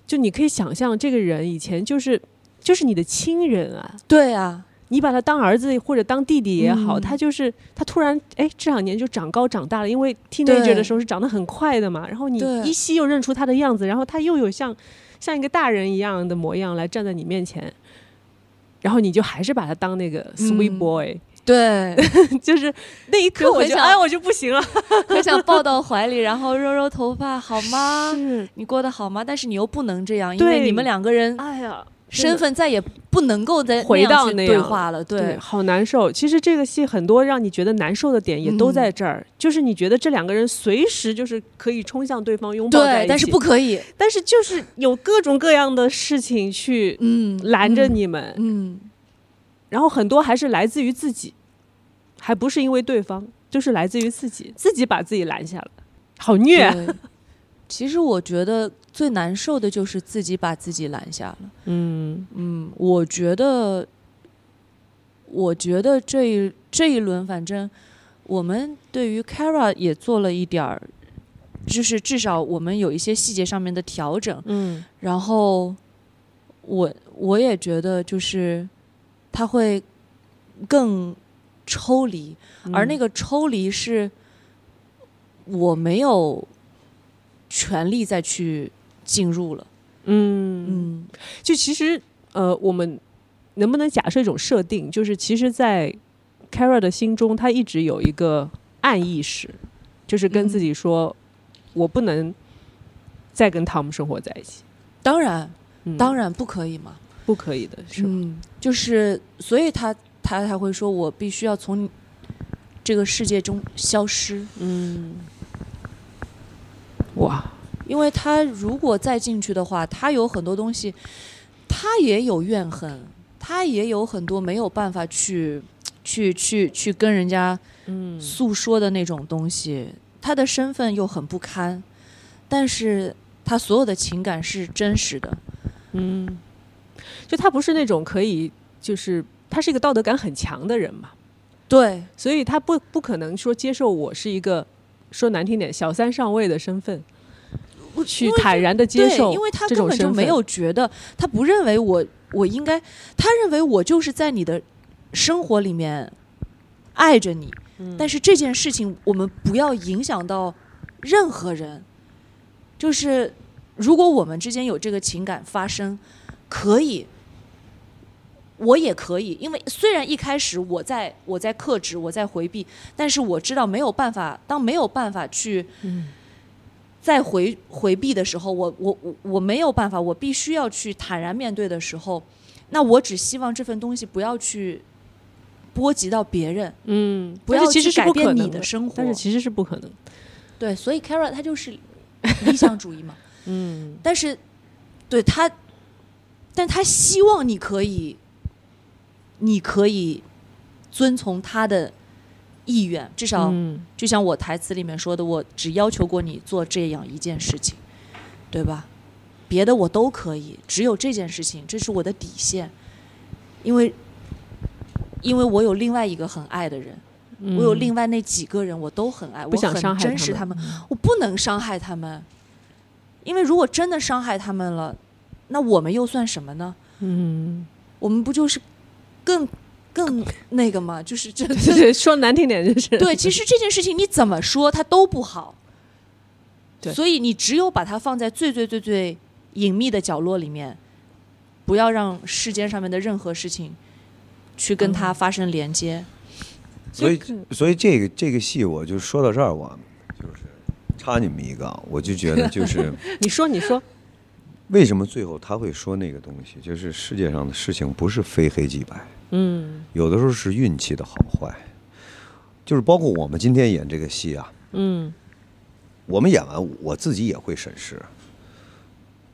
Speaker 2: 就你可以想象这个人以前就是就是你的亲人啊，
Speaker 4: 对啊，
Speaker 2: 你把他当儿子或者当弟弟也好，
Speaker 4: 嗯
Speaker 2: 他就是他突然哎这两年就长高长大了，因为 teenager
Speaker 4: 对
Speaker 2: 的时候是长得很快的嘛，然后你
Speaker 4: 对
Speaker 2: 依稀又认出他的样子，然后他又有像像一个大人一样的模样来站在你面前，然后你就还是把他当那个 sweet
Speaker 4: 嗯
Speaker 2: boy，、
Speaker 4: 对，
Speaker 2: 就是那一刻
Speaker 4: 就
Speaker 2: 我
Speaker 4: 很
Speaker 2: 就
Speaker 4: 想
Speaker 2: 哎我就不行了，
Speaker 4: 很想抱到怀里，然后揉揉头发，好吗？
Speaker 2: 是，
Speaker 4: 你过得好吗？但是你又不能这样，因
Speaker 2: 对
Speaker 4: 为你们两个人
Speaker 2: 哎呀，
Speaker 4: 身份再也不能够再
Speaker 2: 回
Speaker 4: 那样
Speaker 2: 到
Speaker 4: 去
Speaker 2: 那
Speaker 4: 对
Speaker 2: 样
Speaker 4: 话了，对
Speaker 2: 对，好难受。其实这个戏很多让你觉得难受的点也
Speaker 4: 嗯
Speaker 2: 都在这儿，就是你觉得这两个人随时就是可以冲向对方拥抱在一
Speaker 4: 对
Speaker 2: 起，，
Speaker 4: 但是不可以，
Speaker 2: 但是就是有各种各样的事情去
Speaker 4: 嗯，
Speaker 2: 拦着你们，
Speaker 4: 嗯，
Speaker 2: 然后很多还是来自于自己，还不是因为对方，就是来自于自己，自己把自己拦下了，好虐啊。
Speaker 4: 对，其实我觉得最难受的就是自己把自己拦下了。
Speaker 2: 嗯
Speaker 4: 嗯，我觉得，我觉得这一这一轮，反正我们对于 Kara 也做了一点儿，就是至少我们有一些细节上面的调整。
Speaker 2: 嗯
Speaker 4: 然后我我也觉得，就是他会更抽离，而那
Speaker 2: 个
Speaker 4: 个抽离是我没有权利再去进入了。
Speaker 2: 嗯，
Speaker 4: 嗯
Speaker 2: 就其实呃，我们能不能假设一种设定，就是其实，在 Kara 的心中，他一直有一个暗意识，就是跟
Speaker 4: 嗯
Speaker 2: 自己说，我不能再跟汤姆生活在一起。
Speaker 4: 当然，
Speaker 2: 嗯、
Speaker 4: 当然不可以嘛。
Speaker 2: 不可以的，是吧？
Speaker 4: 嗯，就是所以他他才会说我必须要从这个世界中消失，
Speaker 2: 嗯，
Speaker 4: 嗯
Speaker 2: 哇，
Speaker 4: 因为他如果再进去的话，他有很多东西，他也有怨恨，他也有很多没有办法去去去去跟人家
Speaker 2: 嗯
Speaker 4: 诉说的那种东西，他的身份又很不堪，但是他所有的情感是真实的。
Speaker 2: 嗯，就他不是那种可以，就是他是一个道德感很强的人嘛，
Speaker 4: 对，
Speaker 2: 所以他不不可能说接受我是一个说难听点小三上位的身份，去坦然的接
Speaker 4: 对，
Speaker 2: 受
Speaker 4: 因为他
Speaker 2: 这
Speaker 4: 根
Speaker 2: 种
Speaker 4: 本
Speaker 2: 身
Speaker 4: 就
Speaker 2: 份，
Speaker 4: 没有觉得，他不认为我我应该，他认为我就是在你的生活里面爱着你，
Speaker 2: 嗯
Speaker 4: 但是这件事情我们不要影响到任何人，就是如果我们之间有这个情感发生，可以。我也可以，因为虽然一开始我在我在克制，我在回避，但是我知道没有办法，当没有办法去
Speaker 2: 嗯
Speaker 4: 在回回避的时候，我我我我没有办法，我必须要去坦然面对的时候，那我只希望这份东西不要去波及到别人，
Speaker 2: 嗯，
Speaker 4: 不
Speaker 2: 但
Speaker 4: 要
Speaker 2: 是其实
Speaker 4: 去
Speaker 2: 是
Speaker 4: 改
Speaker 2: 不可
Speaker 4: 变你
Speaker 2: 能
Speaker 4: 的生活。
Speaker 2: 但是其实是不可能，
Speaker 4: 对，所以 Kara 他 就是理想主 义嘛，
Speaker 2: 嗯
Speaker 4: 但是对他，但他希望你可以，你可以遵从他的意愿，至少
Speaker 2: 嗯
Speaker 4: 就像我台词里面说的，我只要求过你做这样一件事情，对吧？别的我都可以，只有这件事情，这是我的底线，因为因为我有另外一个很爱的人，
Speaker 2: 嗯
Speaker 4: 我 有另外那几个人我都很爱，
Speaker 2: 不想
Speaker 4: 我很
Speaker 2: 伤害
Speaker 4: 珍视
Speaker 2: 他嗯
Speaker 4: 他们，我不能伤害他们，因为如果真的伤害他们了，那我们又算什么呢？
Speaker 2: 嗯，
Speaker 4: 我们不就是更更那个吗？就 是这
Speaker 2: 对对，说难听点就是
Speaker 4: 对，其实这件事情你怎么说它都不好。
Speaker 2: 对
Speaker 4: 所以你只有把它放在最最最最隐秘的角落里面，不要让世间上面的任何事情去跟
Speaker 3: 嗯
Speaker 4: 它发生连接。
Speaker 3: 所以
Speaker 2: 这个
Speaker 3: 所以这个这个戏我就说到这儿，我就是插你们一个啊，我就觉 得就是
Speaker 2: 你说你说，
Speaker 3: 为什么最后他会说那个东西，就是世界上的事情不是非黑即白，
Speaker 2: 嗯
Speaker 3: 有的时候是运气的好坏，就是包括我们今天演这个戏啊，
Speaker 2: 嗯
Speaker 3: 我们演完我自己也会审视，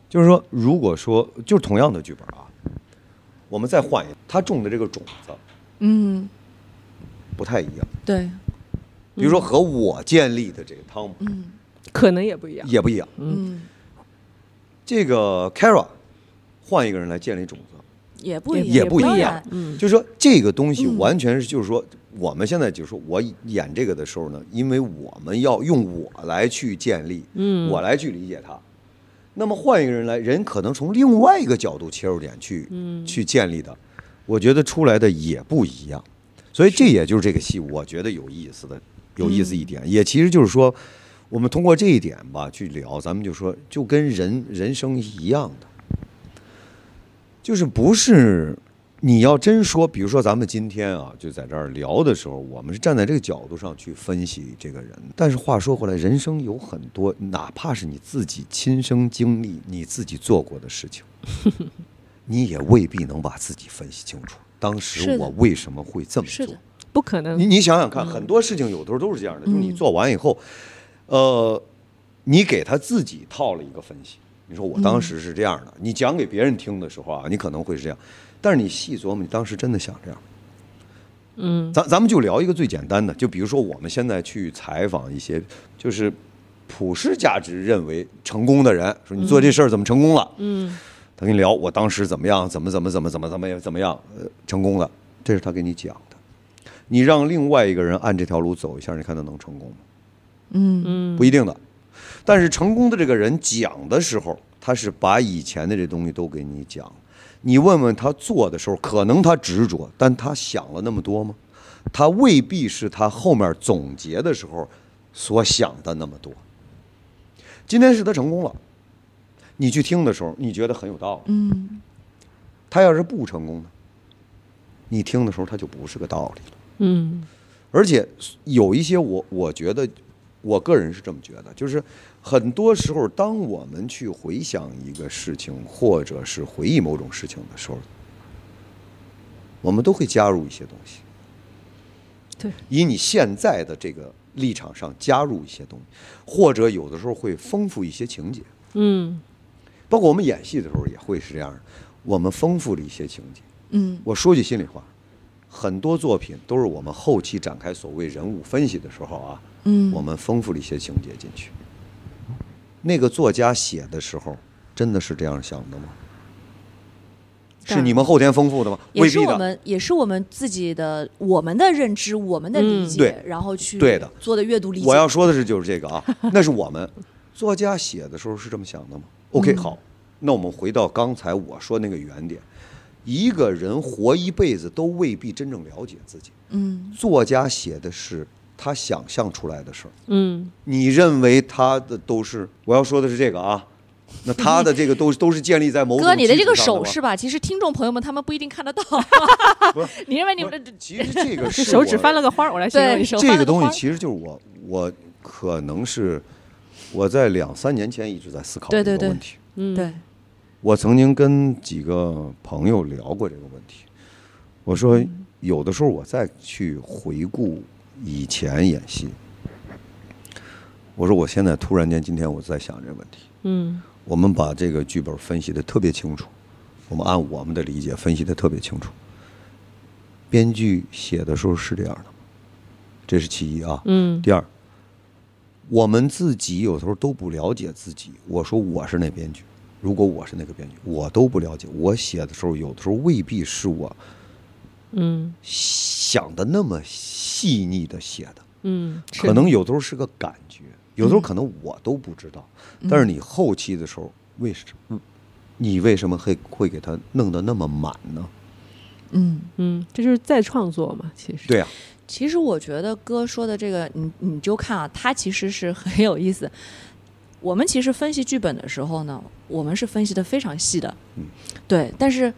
Speaker 3: 就是说，如果说就是同样的剧本啊，我们再换一个，他种的这个种子
Speaker 4: 嗯，
Speaker 3: 不太一样，
Speaker 4: 对，
Speaker 3: 比如说和我建立的这个汤姆
Speaker 4: 嗯
Speaker 2: 可能也不一样，
Speaker 3: 也不一样，
Speaker 4: 嗯，
Speaker 3: 这个 Kara 换一个人来建立种子，
Speaker 4: 也不
Speaker 2: 也
Speaker 4: 一样，
Speaker 3: 也不一
Speaker 4: 当
Speaker 3: 样啊
Speaker 4: 然。
Speaker 2: 嗯
Speaker 3: 就是说这个东西完全是就是说，我们现在就是说我演这个的时候呢，因为我们要用我来去建立，
Speaker 2: 嗯
Speaker 3: 我来去理解它。那么换一个人来，人可能从另外一个角度切入点去、去建立的，我觉得出来的也不一样。所以这也就是这个戏，我觉得有意思的有意思一点，也其实就是说，我们通过这一点吧去聊，咱们就说就跟人人生一样的，就是不是你要真说，比如说咱们今天啊，就在这儿聊的时候，我们是站在这个角度上去分析这个人。但是话说回来，人生有很多，哪怕是你自己亲身经历、你自己做过的事 情，你也未必能把自己分析清楚。当时
Speaker 4: 是的
Speaker 3: 我为什么会这么
Speaker 4: 是
Speaker 3: 做
Speaker 4: 的？
Speaker 2: 不可能嗯
Speaker 3: 你，你想想看，很多事情有的时候都是这样的，就是你做完以后，呃，你给他自己套了一个分析。你说我当时是这样
Speaker 2: 嗯
Speaker 3: 的，你讲给别人听的时候啊，你可能会是这样，但是你细琢磨，你当时真的想这样吗？
Speaker 2: 嗯
Speaker 3: 咱咱们就聊一个最简单的，就比如说我们现在去采访一些，就是普世价值认为成功的人，说你做这事儿怎么成功了？
Speaker 2: 嗯
Speaker 3: 他跟你聊我当时怎么样，怎么怎么怎么怎么怎么样怎么样，呃，成功了，这是他给你讲的。你让另外一个人按这条路走一下，你看他能成功吗？
Speaker 4: 嗯，
Speaker 2: 嗯
Speaker 3: 不一定的。但是成功的这个人讲的时候，他是把以前的这东西都给你讲。你问问他做的时候，可能他执着，但他想了那么多吗？他未必是他后面总结的时候所想的那么多。今天是他成功了，你去听的时候，你觉得很有道理。
Speaker 4: 嗯，
Speaker 3: 他要是不成功呢，你听的时候他就不是个道理了。
Speaker 2: 嗯
Speaker 3: 而且有一些我我觉得，我个人是这么觉得，就是很多时候，当我们去回想一个事情，或者是回忆某种事情的时候，我们都会加入一些东西。
Speaker 2: 对，
Speaker 3: 以你现在的这个立场上加入一些东西，或者有的时候会丰富一些情节。
Speaker 2: 嗯
Speaker 3: 包括我们演戏的时候也会是这样的，我们丰富了一些情节。
Speaker 4: 嗯，
Speaker 3: 我说句心里话，很多作品都是我们后期展开所谓人物分析的时候啊，
Speaker 4: 嗯
Speaker 3: 我们丰富了一些情节进去。那个作家写的时候，真的是这样想的吗？
Speaker 2: 当
Speaker 3: 是
Speaker 2: 然
Speaker 3: 你们后天丰富的吗？
Speaker 4: 也
Speaker 3: 未
Speaker 4: 是
Speaker 3: 必
Speaker 4: 我
Speaker 3: 的。
Speaker 4: 们也是我们自己的我们的认知，我们的理
Speaker 2: 嗯
Speaker 4: 解，
Speaker 3: 对
Speaker 4: 然后去
Speaker 3: 对的
Speaker 4: 做的阅读理解。
Speaker 3: 我要说的是就是这个啊， 那是我们作家写的时候是这么想的吗？OK，好，
Speaker 4: 嗯
Speaker 3: 那我们回到刚才我说那个原点，一个人活一辈子都未必真正了解自己。
Speaker 4: 嗯
Speaker 3: 作家写的是他想象出来的事儿。
Speaker 2: 嗯
Speaker 3: 你认为他的都是我要说的是这个啊，那他的这个都是都是建立在某种
Speaker 4: 哥，你的
Speaker 3: 基
Speaker 4: 这
Speaker 3: 础
Speaker 4: 个
Speaker 3: 上的
Speaker 4: 手
Speaker 3: 吗
Speaker 4: 势吧，其实听众朋友们他们不一 定看得到。 你认为你
Speaker 3: 不
Speaker 4: 们
Speaker 3: 是
Speaker 4: 的
Speaker 3: 其实这个
Speaker 2: 这
Speaker 3: 是
Speaker 2: 手指
Speaker 3: 我
Speaker 2: 翻了个花儿，我来形容
Speaker 4: 对
Speaker 2: 一
Speaker 4: 手
Speaker 3: 这
Speaker 4: 翻
Speaker 3: 个
Speaker 4: 了个
Speaker 3: 东西
Speaker 4: 花儿
Speaker 3: 其实就是我我可能是我在两三年前一直在思考
Speaker 4: 对
Speaker 3: 这个
Speaker 4: 对对
Speaker 3: 问题。
Speaker 2: 嗯
Speaker 4: 对，
Speaker 3: 我曾经跟几个朋友聊过这个问题，我说
Speaker 2: 嗯
Speaker 3: 有的时候我再去回顾以前演戏，我说我现在突然间今天我在想这个问题，
Speaker 2: 嗯
Speaker 3: 我们把这个剧本分析的特别清楚，我们按我们的理解分析的特别清楚。编剧写的时候是这样的吗？这是其一啊。
Speaker 2: 嗯
Speaker 3: 第二，我们自己有时候都不了解自己。我说我是那编剧，如果我是那个编剧，我都不了解。我写的时候，有的时候未必是我
Speaker 2: 嗯
Speaker 3: 想的那么细腻的写的，
Speaker 2: 嗯，是
Speaker 3: 可能有的时候是个感觉，有的时候可能我都不知道。但是你后期的时候，为什么你为什么会会给它弄得那么满呢？
Speaker 4: 嗯，
Speaker 2: 嗯，这就是再创作嘛，其实
Speaker 3: 对啊呀、
Speaker 4: 其实我觉得哥说的这个，你你就看啊，他其实是很有意思。我们其实分析剧本的时候呢，我们是分析的非常细的，
Speaker 3: 嗯，
Speaker 4: 对。但是，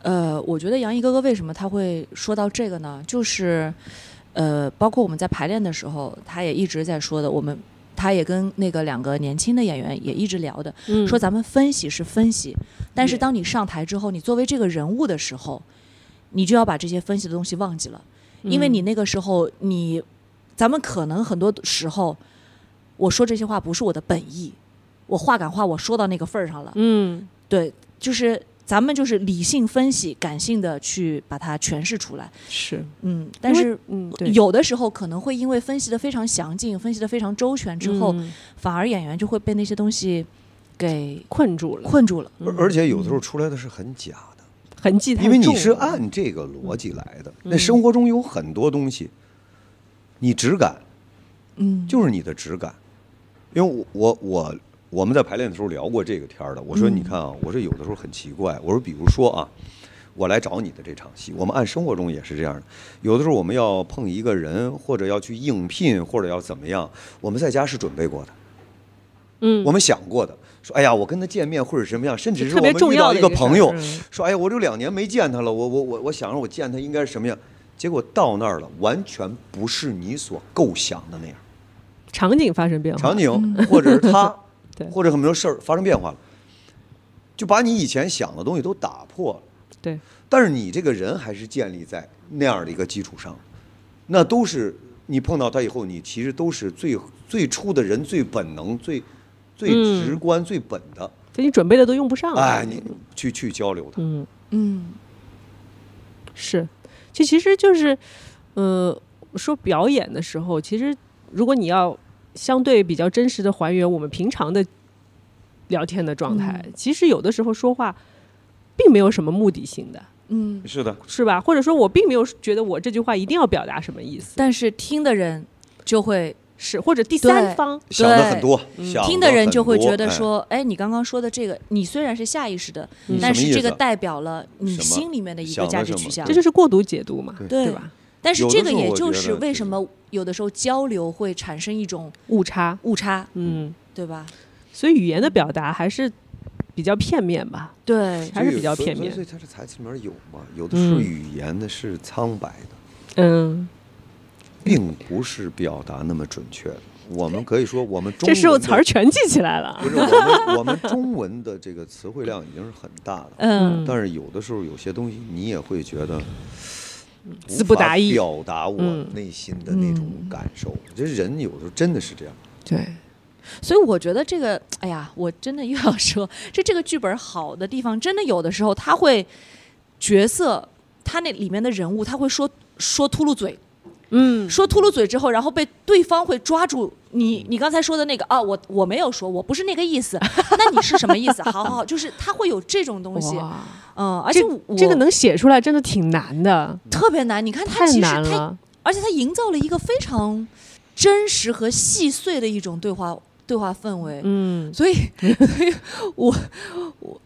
Speaker 4: 呃，我觉得杨毅哥哥为什么他会说到这个呢？就是，呃，包括我们在排练的时候，他也一直在说的，我们他也跟那个两个年轻的演员也一直聊的，
Speaker 2: 嗯
Speaker 4: 说咱们分析是分析，但是
Speaker 2: 对
Speaker 4: 当你上台之后，你作为这个人物的时候，你就要把这些分析的东西忘记了。因为你那个时候你，咱们可能很多时候，我说这些话不是我的本意，我话赶话，我说到那个份儿上了，
Speaker 2: 嗯
Speaker 4: 对，就是咱们就是理性分析，感性的去把它诠释出来，
Speaker 2: 是，
Speaker 4: 嗯，但
Speaker 2: 因为
Speaker 4: 是。
Speaker 2: 嗯对
Speaker 4: 有的时候可能会因为分析的非常详尽，分析的非常周全之后，
Speaker 2: 嗯
Speaker 4: 反而演员就会被那些东西给
Speaker 2: 困住了，
Speaker 4: 困住了。
Speaker 3: 而而且有的时候出来的是很假的。
Speaker 2: 痕迹太
Speaker 3: 因为你
Speaker 2: 重
Speaker 3: 是啊
Speaker 2: 了
Speaker 3: 按这个逻辑来的。那
Speaker 2: 嗯
Speaker 3: 生活中有很多东西，你直感
Speaker 4: 嗯，
Speaker 3: 就是你的直感。因为我我我我们在排练的时候聊过这个天儿的，我说
Speaker 4: 嗯
Speaker 3: 你看啊，我说有的时候很奇怪，我说比如说啊，我来找你的这场戏，我们按生活中也是这样的，有的时候我们要碰一个人，或者要去应聘，或者要怎么样，我们在家是准备过的，
Speaker 2: 嗯
Speaker 3: 我们想过的，说哎呀，我跟他见面或者什么样，甚至是
Speaker 2: 特
Speaker 3: 我
Speaker 2: 别
Speaker 3: 们
Speaker 2: 重
Speaker 3: 遇
Speaker 2: 要
Speaker 3: 到
Speaker 2: 的
Speaker 3: 一个
Speaker 2: 事儿
Speaker 3: 朋友，
Speaker 2: 嗯
Speaker 3: 说哎呀，我这两年没见他了，我我我我想着我见他应该是什么样，结果到那儿了，完全不是你所构想的那样，
Speaker 2: 场景发生变化，
Speaker 3: 场景或者是他
Speaker 2: 嗯 对，
Speaker 3: 或者很多事儿发生变化了，就把你以前想的东西都打破了。
Speaker 2: 对，
Speaker 3: 但是你这个人还是建立在那样的一个基础上，那都是你碰到他以后，你其实都是最最初的人最本能、最最
Speaker 2: 嗯
Speaker 3: 直观、最本的，
Speaker 2: 所以你准备的都用不上了，
Speaker 3: 哎，你去去交流他，
Speaker 2: 嗯。
Speaker 4: 嗯，
Speaker 2: 是，这其实就是，呃，说表演的时候，其实如果你要相对比较真实的还原我们平常的聊天的状态，其实有的时候说话并没有什么目的性的，
Speaker 4: 嗯，
Speaker 3: 是的，
Speaker 2: 是吧？或者说我并没有觉得我这句话一定要表达什么意思，
Speaker 4: 但是听的人就会
Speaker 2: 是或者第三
Speaker 4: 对
Speaker 2: 方，
Speaker 3: 想的
Speaker 4: 对
Speaker 3: 很多，
Speaker 2: 嗯
Speaker 3: 想
Speaker 4: 听的人
Speaker 3: 很
Speaker 4: 就会
Speaker 3: 多
Speaker 4: 觉得
Speaker 3: 哎
Speaker 4: 说，哎，你刚刚说的这个，你虽然是下意识的，
Speaker 2: 嗯
Speaker 4: 但
Speaker 3: 什么
Speaker 4: 是
Speaker 3: 意
Speaker 4: 这个
Speaker 3: 思
Speaker 4: 代表了你
Speaker 3: 什么
Speaker 4: 心里面的一
Speaker 3: 想
Speaker 4: 个
Speaker 3: 了
Speaker 4: 价
Speaker 3: 什
Speaker 4: 值
Speaker 3: 么
Speaker 4: 取向
Speaker 2: 这，就是过度解读嘛，
Speaker 3: 对
Speaker 4: 对
Speaker 2: 吧？？
Speaker 4: 但是
Speaker 3: 有
Speaker 4: 这
Speaker 3: 的
Speaker 4: 个
Speaker 3: 时候
Speaker 4: 也
Speaker 3: 我
Speaker 4: 就
Speaker 3: 觉
Speaker 4: 是
Speaker 3: 得
Speaker 4: 为
Speaker 3: 就
Speaker 4: 什
Speaker 3: 是
Speaker 4: 么有的时候交流会产生一种
Speaker 2: 误差，
Speaker 4: 误差，
Speaker 2: 嗯，
Speaker 4: 对吧？
Speaker 2: 所以语言的表达还是比较片面吧，
Speaker 4: 对
Speaker 2: 还是比较片面
Speaker 3: 所以所以所以它这台词里面有嘛，有的时候
Speaker 2: 嗯
Speaker 3: 语言的是苍白的，
Speaker 2: 嗯，
Speaker 3: 并不是表达那么准确的。我们可以说，我们中
Speaker 2: 这时候
Speaker 3: 文的
Speaker 2: 词儿全记起来了啊
Speaker 3: 不，是我们我们中文的这个词汇量已经是很大了，
Speaker 4: 嗯
Speaker 3: 但是有的时候有些东西你也会觉得
Speaker 4: 嗯
Speaker 2: 词不达意
Speaker 3: 无法表达我
Speaker 2: 嗯
Speaker 3: 内心的那种感受。这人有的时候真的是这样，
Speaker 2: 对，
Speaker 4: 所以我觉得这个，哎呀，我真的又要说，这这个剧本好的地方，真的有的时候他会角色，他那里面的人物，他会说说秃噜嘴，
Speaker 2: 嗯，
Speaker 4: 说秃噜嘴之后，然后被对方会抓住你，你刚才说的那个啊，我我没有说，我不是那个意思， 那你是什么意思？好好好，就是他会有这种东西，
Speaker 2: 哇
Speaker 4: 嗯，而且
Speaker 2: 这
Speaker 4: 我
Speaker 2: 这个能写出来真的挺难的，
Speaker 4: 特别难，你看他
Speaker 2: 太
Speaker 4: 其实
Speaker 2: 难
Speaker 4: 他，
Speaker 2: 了。
Speaker 4: 而且他营造了一个非常真实和细碎的一种对话对话氛围，
Speaker 2: 嗯，
Speaker 4: 所以，所以我我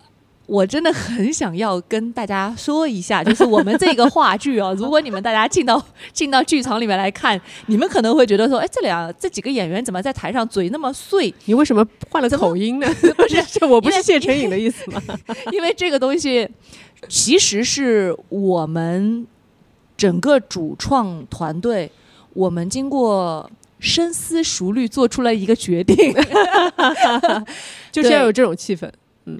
Speaker 4: 我真的很想要跟大家说一下，就是我们这个话剧啊，如果你们大家进到进到剧场里面来看，你们可能会觉得说，哎，这俩这几个演员怎么在台上嘴那么碎？
Speaker 2: 你为什么换了口 音呢？不是， 这我不
Speaker 4: 因
Speaker 2: 是
Speaker 4: 为
Speaker 2: 谢成颖的意 思吗？
Speaker 4: 因为这个东西其实是我们整个主创团队，我们经过。深思熟虑做出了一个决定，
Speaker 2: 就是要有这种气氛。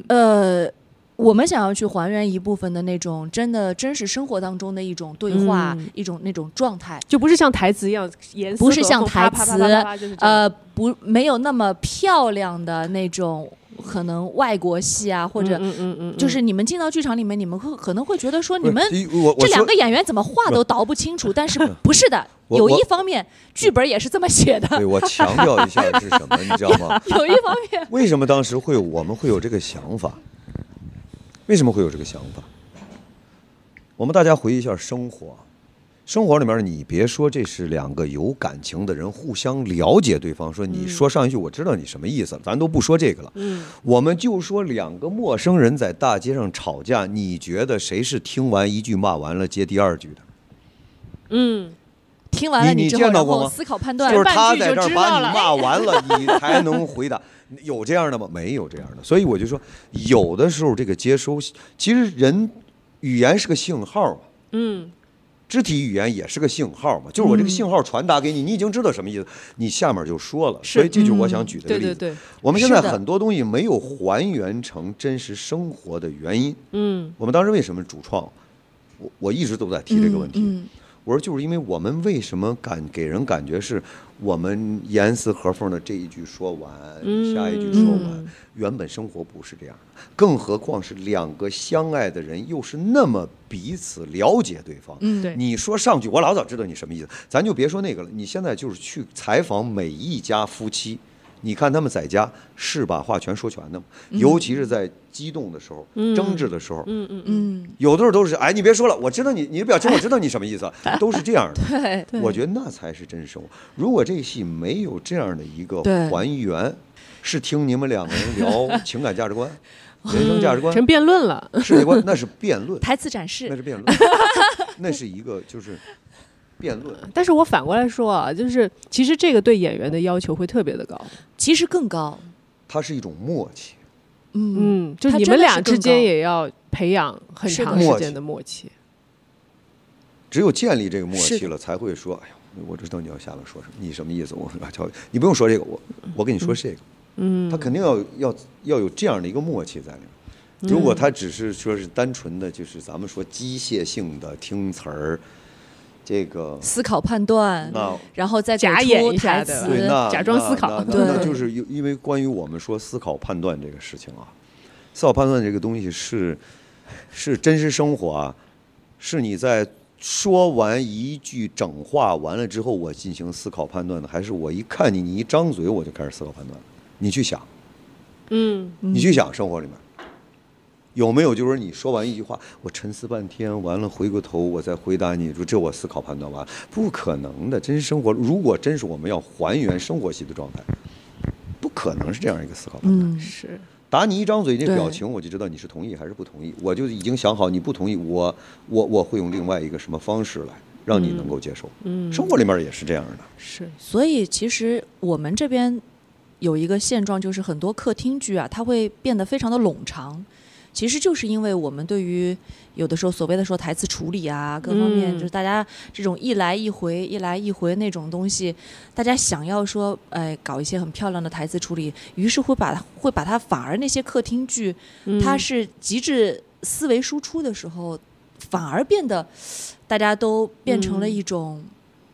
Speaker 4: 呃，我们想要去还原一部分的那种真的真实生活当中的一种对话，
Speaker 2: 嗯
Speaker 4: 一种那种状态。
Speaker 2: 就不是像台词一样严丝
Speaker 4: 不是
Speaker 2: 合
Speaker 4: 像
Speaker 2: 缝啪
Speaker 4: 台
Speaker 2: 啪啪
Speaker 4: 词
Speaker 2: 啪啪啪就是这样
Speaker 4: 呃，不，没有那么漂亮的那种可能外国戏啊，或者
Speaker 2: 嗯嗯嗯，嗯
Speaker 4: 就是你们进到剧场里面，你们会可能会觉得说
Speaker 3: 不
Speaker 4: 你
Speaker 3: 是
Speaker 4: 们
Speaker 3: 第一我我
Speaker 4: 这两
Speaker 3: 说
Speaker 4: 个演员怎么话都倒不清楚，但是不是的，
Speaker 3: 我
Speaker 4: 有
Speaker 3: 我
Speaker 4: 一方面剧本也是这么写的，
Speaker 3: 对我强调一下是什么，你知道吗？
Speaker 4: 有一方 面
Speaker 3: 为什么当时会有我们会有这个想法？为什么会有这个想法？我们大家回忆一下生活，啊生活里面你别说这是两个有感情的人互相了解对方，说你说上一句我知道你什么意思了，咱都不说这个了，我们就说两个陌生人在大街上吵架，你觉得谁是听完一句骂完了接第二句的？
Speaker 2: 嗯，
Speaker 4: 听完了
Speaker 3: 你
Speaker 4: 之
Speaker 3: 你
Speaker 4: 后，
Speaker 3: 见到
Speaker 4: 然
Speaker 3: 过吗
Speaker 4: 后思考判断
Speaker 3: 就，是
Speaker 2: 半
Speaker 3: 他
Speaker 2: 句
Speaker 3: 在
Speaker 2: 就
Speaker 3: 这儿
Speaker 2: 知
Speaker 3: 把
Speaker 2: 道
Speaker 3: 你
Speaker 2: 了哎
Speaker 3: 骂 完了，你才能回答。有这样的吗？没有这样的。所以我就说，有的时候这个接收，其实人语言是个信号嘛，
Speaker 2: 嗯，
Speaker 3: 肢体语言也是个信号嘛，就是我这个信号传达给你，你已经知道什么意思，你下面就说了。所以这就是我想
Speaker 4: 呃
Speaker 3: 举的
Speaker 2: 嗯对
Speaker 3: 例
Speaker 2: 对
Speaker 3: 子。
Speaker 2: 对，
Speaker 3: 我们现在
Speaker 4: 是的
Speaker 3: 很多东西没有还原成真实生活的原因。
Speaker 2: 嗯
Speaker 3: 我们当时为什么主创？我我一直都在提这个问题。
Speaker 4: 嗯，嗯
Speaker 3: 我说，就是因为我们为什么感给人感觉是我们严丝合缝的这一句说完，
Speaker 2: 嗯
Speaker 3: 下一句说完，
Speaker 4: 嗯
Speaker 3: 原本生活不是这样，更何况是两个相爱的人，又是那么彼此了解对方。
Speaker 4: 嗯
Speaker 2: 对
Speaker 3: 你说上句，我老早知道你什么意思，咱就别说那个了。你现在就是去采访每一家夫妻，你看他们在家是把话全说全的吗？尤其是在激动的时候、争执的时候，
Speaker 2: 嗯嗯嗯，
Speaker 4: 嗯，
Speaker 3: 有的时候都是，哎，你别说了，我知道你，你的表情我知道你什么意 思，都是这样的。
Speaker 4: 对，
Speaker 2: 对
Speaker 3: 我觉得那才是真生活。如果这戏没有这样的一个
Speaker 4: 对
Speaker 3: 还原，是听你们两个人聊情感价 值观、人生价值观、
Speaker 2: 成辩论了，
Speaker 3: 世界观，那是辩论，
Speaker 4: 台词展
Speaker 3: 那
Speaker 4: 示，
Speaker 3: 是辩论，那是一个就是辩论。
Speaker 2: 但是我反过来说啊，就是其实这个对演员的要求会特别的高，
Speaker 4: 其实更高，
Speaker 3: 它是一种默契，
Speaker 4: 嗯，
Speaker 2: 嗯，就
Speaker 4: 它
Speaker 2: 你
Speaker 4: 真
Speaker 2: 们
Speaker 4: 的
Speaker 2: 俩
Speaker 4: 是更
Speaker 2: 之间
Speaker 4: 高
Speaker 2: 也要培养很
Speaker 4: 是的
Speaker 2: 长时
Speaker 3: 默
Speaker 2: 间
Speaker 3: 契
Speaker 2: 的默契，
Speaker 3: 只有建立这个默
Speaker 4: 是
Speaker 3: 契
Speaker 4: 的
Speaker 3: 了，才会说，哎呀，我知道你要下面说什么，你什么意思？我我瞧，你不用说这个，我我跟你说这个，
Speaker 2: 嗯
Speaker 3: 他肯定要要要有这样的一个默契在里面。如果他只是说是单纯的，就是咱们说机械性的听词儿，这个
Speaker 4: 思考判断，
Speaker 3: 那
Speaker 4: 然后再给
Speaker 2: 假演
Speaker 4: 出
Speaker 2: 一下
Speaker 4: 台
Speaker 2: 对吧
Speaker 4: 词
Speaker 3: 对，那
Speaker 2: 假装思考
Speaker 3: 那那那那
Speaker 4: 对
Speaker 3: 就是因因为关于我们说思考判断这个事情啊，思考判断这个东西是是真实生活啊，是你在说完一句整话完了之后，我进行思考判断的，还是我一看你，你一张嘴我就开始思考判断了？你去想，
Speaker 2: 嗯
Speaker 3: 你去想生活里面。有没有就是你说完一句话，我沉思半天，完了回过头我再回答你，说这我思考判断完，不可能的。真实生活如果真是我们要还原生活系的状态，不可能是这样一个思考判断。
Speaker 4: 嗯，
Speaker 2: 是，
Speaker 3: 打你一张嘴，那
Speaker 4: 对
Speaker 3: 表情我就知道你是同意还是不同意，我就已经想好你不同意，我我我会用另外一个什么方式来让你能够接受。
Speaker 2: 嗯
Speaker 3: 生活里面也是这样的。
Speaker 2: 是，
Speaker 4: 所以其实我们这边有一个现状，就是很多客厅剧啊，它会变得非常的冗长。其实就是因为我们对于有的时候所谓的说台词处理啊，各方面
Speaker 2: 嗯
Speaker 4: 就是大家这种一来一回、一来一回那种东西，大家想要说，哎，搞一些很漂亮的台词处理，于是会把会把它反而那些客厅剧，它
Speaker 2: 嗯
Speaker 4: 是极致思维输出的时候，反而变得大家都变成了
Speaker 2: 嗯
Speaker 4: 一种、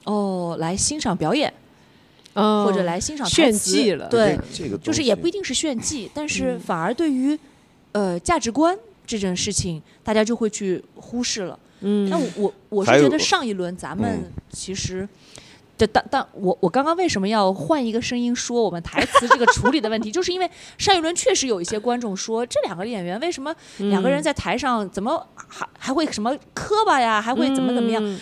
Speaker 4: 哦，来欣赏表演，
Speaker 2: 嗯
Speaker 4: 或者来欣赏台
Speaker 2: 炫
Speaker 4: 词
Speaker 2: 技了
Speaker 4: 对，
Speaker 3: 这这个
Speaker 4: 就是
Speaker 3: 东
Speaker 4: 也
Speaker 3: 西
Speaker 4: 不一定是炫技，但是
Speaker 2: 嗯
Speaker 4: 反而对于呃价值观这件事情，大家就会去忽视了。
Speaker 2: 嗯，
Speaker 4: 那我我我是
Speaker 3: 还有
Speaker 4: 觉得上一轮咱们
Speaker 3: 嗯
Speaker 4: 其实。这当当我我刚刚为什么要换一个声音说我们台词这个处理的问题， 就是因为上一轮确实有一些观众说这两个演员为什么
Speaker 2: 嗯
Speaker 4: 两个人在台上怎么还还会什么磕巴呀，还会怎么怎么样？
Speaker 2: 嗯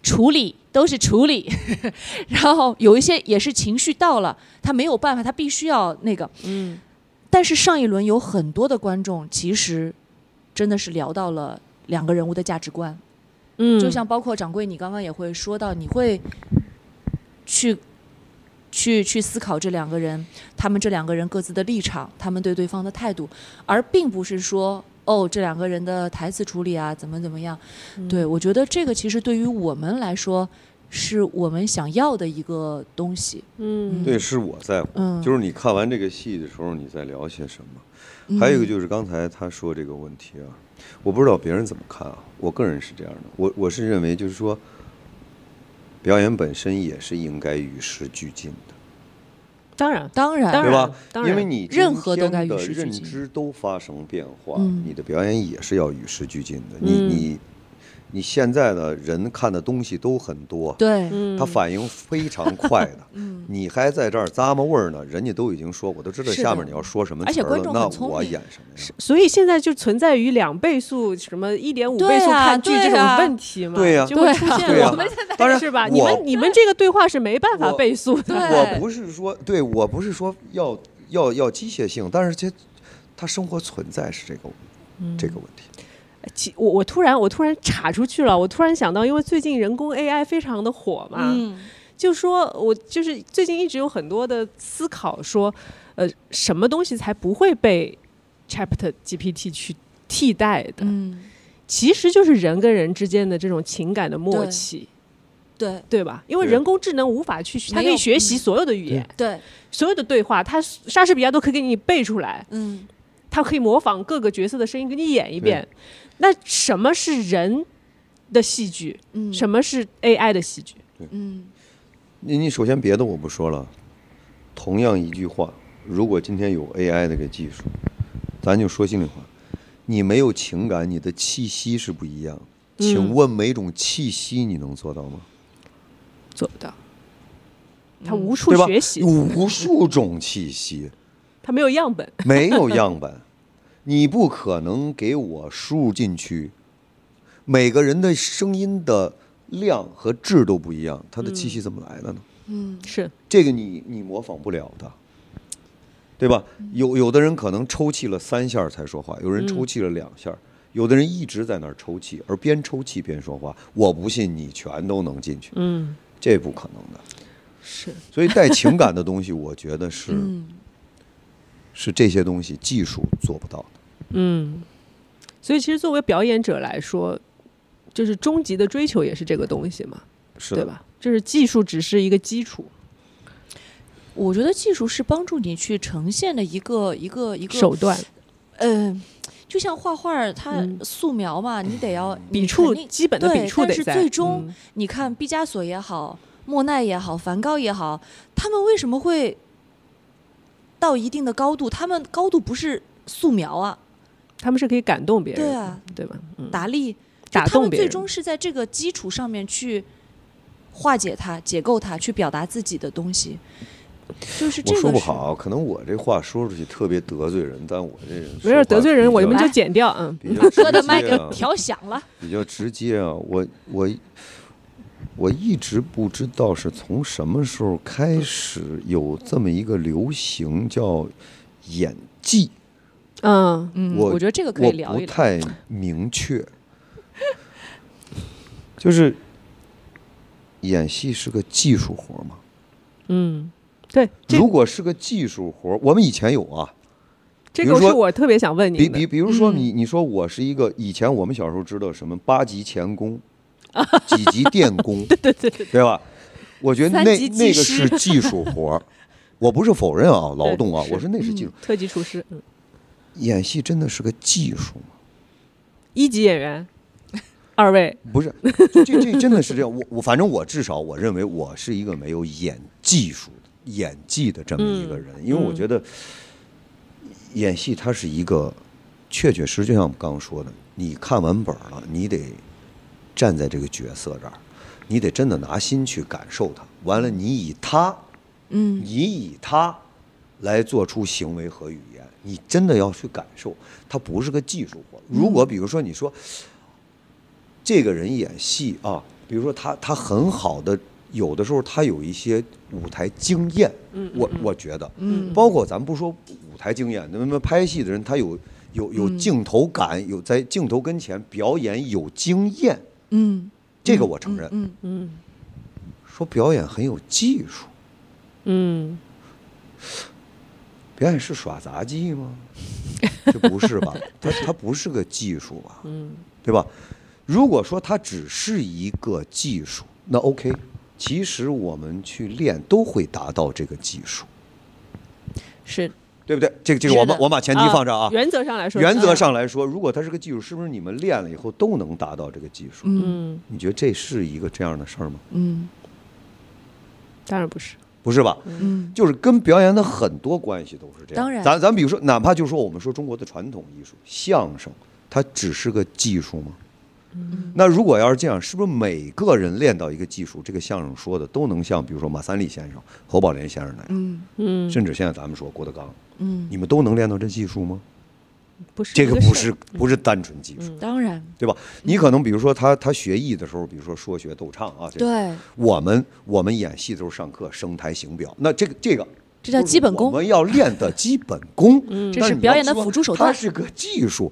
Speaker 4: 处理都是处理， 然后有一些也是情绪到了，他没有办法，他必须要那个。
Speaker 2: 嗯
Speaker 4: 但是上一轮有很多的观众其实真的是聊到了两个人物的价值观，
Speaker 2: 嗯，
Speaker 4: 就像包括掌柜你刚刚也会说到，你会去去去思考这两个人，他们这两个人各自的立场，他们对对方的态度，而并不是说。哦，这两个人的台词处理啊，怎么怎么样？对，我觉得这个其实对于我们来说，是我们想要的一个东西。
Speaker 2: 嗯
Speaker 3: 对，是我在乎。
Speaker 4: 嗯，
Speaker 3: 就是你看完这个戏的时候，你在聊些什么？
Speaker 4: 嗯
Speaker 3: 还有一个就是刚才他说这个问题啊，我不知道别人怎么看啊，我个人是这样的，我我是认为就是说，表演本身也是应该与时俱进的。
Speaker 2: 当然，
Speaker 4: 当然，
Speaker 2: 当
Speaker 3: 对
Speaker 2: 然，
Speaker 3: 吧
Speaker 2: 当
Speaker 3: 因为
Speaker 2: 然，
Speaker 3: 你
Speaker 4: 任
Speaker 3: 今
Speaker 4: 何都
Speaker 3: 天
Speaker 4: 该与
Speaker 3: 的
Speaker 4: 时俱
Speaker 3: 认
Speaker 4: 进
Speaker 3: 知都发生变化，
Speaker 4: 嗯
Speaker 3: 你的表演也是要与时俱进的。
Speaker 2: 嗯
Speaker 3: 你你你现在的人看的东西都很多，
Speaker 4: 对，
Speaker 2: 嗯
Speaker 3: 他，反应非常快的。 你还在这儿咂摸味儿呢，人家都已经说，我都知道
Speaker 4: 嗯是的
Speaker 3: 下面你要说什么
Speaker 4: 而
Speaker 3: 词
Speaker 4: 且
Speaker 3: 儿
Speaker 4: 观
Speaker 3: 了，
Speaker 4: 众
Speaker 3: 那
Speaker 4: 很聪
Speaker 3: 我
Speaker 4: 明
Speaker 3: 演什么呀？
Speaker 2: 所以现在就存在于两倍速、什么一点五
Speaker 4: 对
Speaker 2: 倍速
Speaker 4: 啊
Speaker 2: 看剧这
Speaker 4: 对
Speaker 2: 种
Speaker 4: 啊
Speaker 2: 问题嘛，
Speaker 3: 对啊
Speaker 2: 就会出
Speaker 4: 对啊
Speaker 2: 现
Speaker 3: 对呀、
Speaker 2: 我们
Speaker 3: 当然
Speaker 2: 是吧？
Speaker 3: 我
Speaker 2: 你们你们这个对话是没办法
Speaker 3: 我
Speaker 2: 倍速的，
Speaker 4: 对
Speaker 3: 我不是说对我不是说要要要机械性，但是这他生活存在是这个、这
Speaker 4: 嗯
Speaker 3: 个问题。
Speaker 2: 其我我突然我突然岔出去了，我突然想到，因为最近人工 AI 非常的火嘛，
Speaker 4: 嗯，
Speaker 2: 就说我就是最近一直有很多的思考说，呃，什么东西才不会被 Chat GPT 去替代的？
Speaker 4: 嗯，
Speaker 2: 其实就是人跟人之间的这种情感的默
Speaker 4: 对
Speaker 2: 契，
Speaker 4: 对
Speaker 2: 对吧？因为
Speaker 3: 对
Speaker 2: 人工智能无法去，它
Speaker 4: 没
Speaker 2: 可以
Speaker 4: 有
Speaker 2: 学习所有的语言，
Speaker 4: 对，
Speaker 2: 所有的对话，它莎士比亚都可以给你背出来，
Speaker 4: 嗯，
Speaker 2: 它可以模仿各个角色的声音给你演一遍。那什么是人的戏剧？
Speaker 4: 嗯，
Speaker 2: 什么是 AI 的戏剧？
Speaker 4: 嗯，
Speaker 3: 你你首先别的我不说了，同样一句话，如果今天有 AI 的个技术，咱就说心里话，你没有情感，你的气息是不一样。
Speaker 2: 嗯
Speaker 3: 请问每种气息你能做到吗？
Speaker 2: 做不到。他无处
Speaker 3: 嗯对吧
Speaker 2: 学？习，
Speaker 3: 无数种气息，
Speaker 2: 他没有样本。
Speaker 3: 没有样本，你不可能给我输入进去。每个人的声音的量和质都不一样，他的气息怎么来的呢？
Speaker 4: 嗯，
Speaker 2: 是，
Speaker 3: 这个你你模仿不了的，对吧？有有的人可能抽泣了三下儿才说话，有人
Speaker 2: 嗯
Speaker 3: 抽泣了两下儿，有的人一直在那儿抽泣，而边抽泣边说话。我不信你全都能进去，
Speaker 2: 嗯，
Speaker 3: 这不可能的。
Speaker 2: 是，
Speaker 3: 所以带情感的东西，我觉得是、
Speaker 4: 嗯，
Speaker 3: 是这些东西技术做不到的。
Speaker 2: 嗯。所以，其实作为表演者来说，就是终极的追求也是这个东西嘛，
Speaker 3: 是
Speaker 2: 对
Speaker 3: 的，
Speaker 2: 吧？就是技术只是一个基础，
Speaker 4: 我觉得技术是帮助你去呈现的一个一个一个
Speaker 2: 手段、
Speaker 4: 嗯，就像画画儿，它
Speaker 2: 嗯
Speaker 4: 素描嘛，你得要
Speaker 2: 笔触，
Speaker 4: 你肯定
Speaker 2: 基本的
Speaker 4: 对
Speaker 2: 笔触得
Speaker 4: 但是
Speaker 2: 在。
Speaker 4: 最终
Speaker 2: 嗯
Speaker 4: 你看毕加索也好，莫奈也好，梵高也好，他们为什么会到一定的高度？他们高度不是素描啊，
Speaker 2: 他们是可以感动别人，
Speaker 4: 对啊，
Speaker 2: 对吧？嗯，
Speaker 4: 达利，
Speaker 2: 打
Speaker 4: 他
Speaker 2: 动
Speaker 4: 们
Speaker 2: 别
Speaker 4: 最
Speaker 2: 人，
Speaker 4: 终是在这个基础上面去化解它、解构它，去表达自己的东西。就是这
Speaker 3: 我
Speaker 4: 个
Speaker 3: 说不
Speaker 4: 是，
Speaker 3: 好，可能我这话说出去特别得罪人，但我这人
Speaker 2: 没事，
Speaker 3: 说话
Speaker 2: 得罪人
Speaker 3: 比
Speaker 2: 我
Speaker 3: 较
Speaker 2: 们就剪掉。嗯，
Speaker 3: 比较
Speaker 4: 哥的
Speaker 3: 直
Speaker 4: 麦
Speaker 3: 接
Speaker 4: 给
Speaker 3: 啊
Speaker 4: 调响了。
Speaker 3: 比较直接啊，我我我一直不知道是从什么时候开始有这么一个流行叫演技，
Speaker 2: 嗯，
Speaker 4: 嗯，
Speaker 3: 我
Speaker 4: 觉得这个可
Speaker 3: 我
Speaker 4: 以聊
Speaker 3: 不
Speaker 4: 一聊。
Speaker 3: 太明确，就是演戏是个技术活儿嘛。
Speaker 2: 嗯，对，这
Speaker 3: 如果是个技术活儿，我们以前有啊，
Speaker 2: 这
Speaker 3: 比
Speaker 2: 个
Speaker 3: 如说
Speaker 2: 是我特别想问
Speaker 3: 比
Speaker 2: 您的
Speaker 3: 比，比如说你你说我是一个以前我们小时候知道什么八级钳工，几级电工，对对对，对吧？我觉得
Speaker 4: 三
Speaker 3: 那
Speaker 4: 级
Speaker 3: 那
Speaker 4: 技
Speaker 3: 个
Speaker 4: 师
Speaker 3: 是技术活儿，我不是否认啊劳
Speaker 2: 对
Speaker 3: 动啊，
Speaker 2: 是
Speaker 3: 我说那是技术。
Speaker 2: 特级厨师，嗯，
Speaker 3: 演戏真的是个技术吗？
Speaker 2: 一级演员，二位，
Speaker 3: 不是，这这这真的是这样。我我反正我至少我认为我是一个没有演技术的演技的这么一个人，因为我觉得演戏它是一个确确实，就像我们刚刚说的，你看完本儿了，你得站在这个角色这儿，你得真的拿心去感受它。完了，你以他，
Speaker 4: 嗯
Speaker 3: 你以他来做出行为和语言，你真的要去感受，它不是个技术活。如果比如说你说这个人演戏啊，比如说他他很好的，有的时候他有一些舞台经验，我我觉得，
Speaker 4: 嗯
Speaker 3: 包括咱不说舞台经验，那么拍戏的人他有有有镜头感，有在镜头跟前表演有经验，
Speaker 4: 嗯，
Speaker 3: 这个我承认。
Speaker 4: 嗯
Speaker 2: 嗯
Speaker 3: 说表演很有技术，
Speaker 2: 嗯，
Speaker 3: 表演是耍杂技吗？这不是 吧？它它不是个技术吧？嗯，对吧？如果说它只是一个技术，那 OK。其实我们去练都会达到这个技术，
Speaker 4: 是
Speaker 3: 对不对？这个这个我
Speaker 4: 是的
Speaker 3: 们我们 把前提放这儿啊。
Speaker 2: 原则上来说，
Speaker 3: 原则
Speaker 2: 嗯，
Speaker 3: 上来说，如果它是个技术，是不是你们练了以后都能达到这个技术？
Speaker 4: 嗯
Speaker 2: 嗯，
Speaker 3: 你觉得这是一个这样的事儿吗？
Speaker 4: 嗯
Speaker 2: 当然不是，
Speaker 3: 不是吧？
Speaker 4: 嗯，
Speaker 3: 就是跟表演的很多关系都是这样。
Speaker 4: 当然
Speaker 3: 咱咱比如说，哪怕就说我们说中国的传统艺术相声，它只是个技术吗？
Speaker 4: 嗯
Speaker 3: 那如果要是这样，是不是每个人练到一个技术，这个相声说的都能像，比如说马三立先生、侯宝林先生那样，
Speaker 4: 嗯
Speaker 2: 嗯，
Speaker 3: 甚至现在咱们说郭德纲，
Speaker 4: 嗯，
Speaker 3: 你们都能练到这技术吗？
Speaker 2: 不是
Speaker 3: 这
Speaker 2: 一
Speaker 3: 个
Speaker 2: 事
Speaker 3: 不
Speaker 2: 儿
Speaker 3: 是不是单纯技术，
Speaker 4: 当然，
Speaker 3: 对吧？你可能比如说他他学艺的时候，比如说说学逗唱啊，这个
Speaker 4: 对，
Speaker 3: 我们我们演戏的时候上课声台形表，那这个这个
Speaker 4: 这叫基本功
Speaker 3: 我们要练的基本 功，
Speaker 4: 这
Speaker 3: 但
Speaker 4: 是
Speaker 3: 你
Speaker 4: 表
Speaker 3: 要
Speaker 4: 演的
Speaker 3: 说
Speaker 4: 辅助手
Speaker 3: 它
Speaker 4: 段
Speaker 3: 是个技术。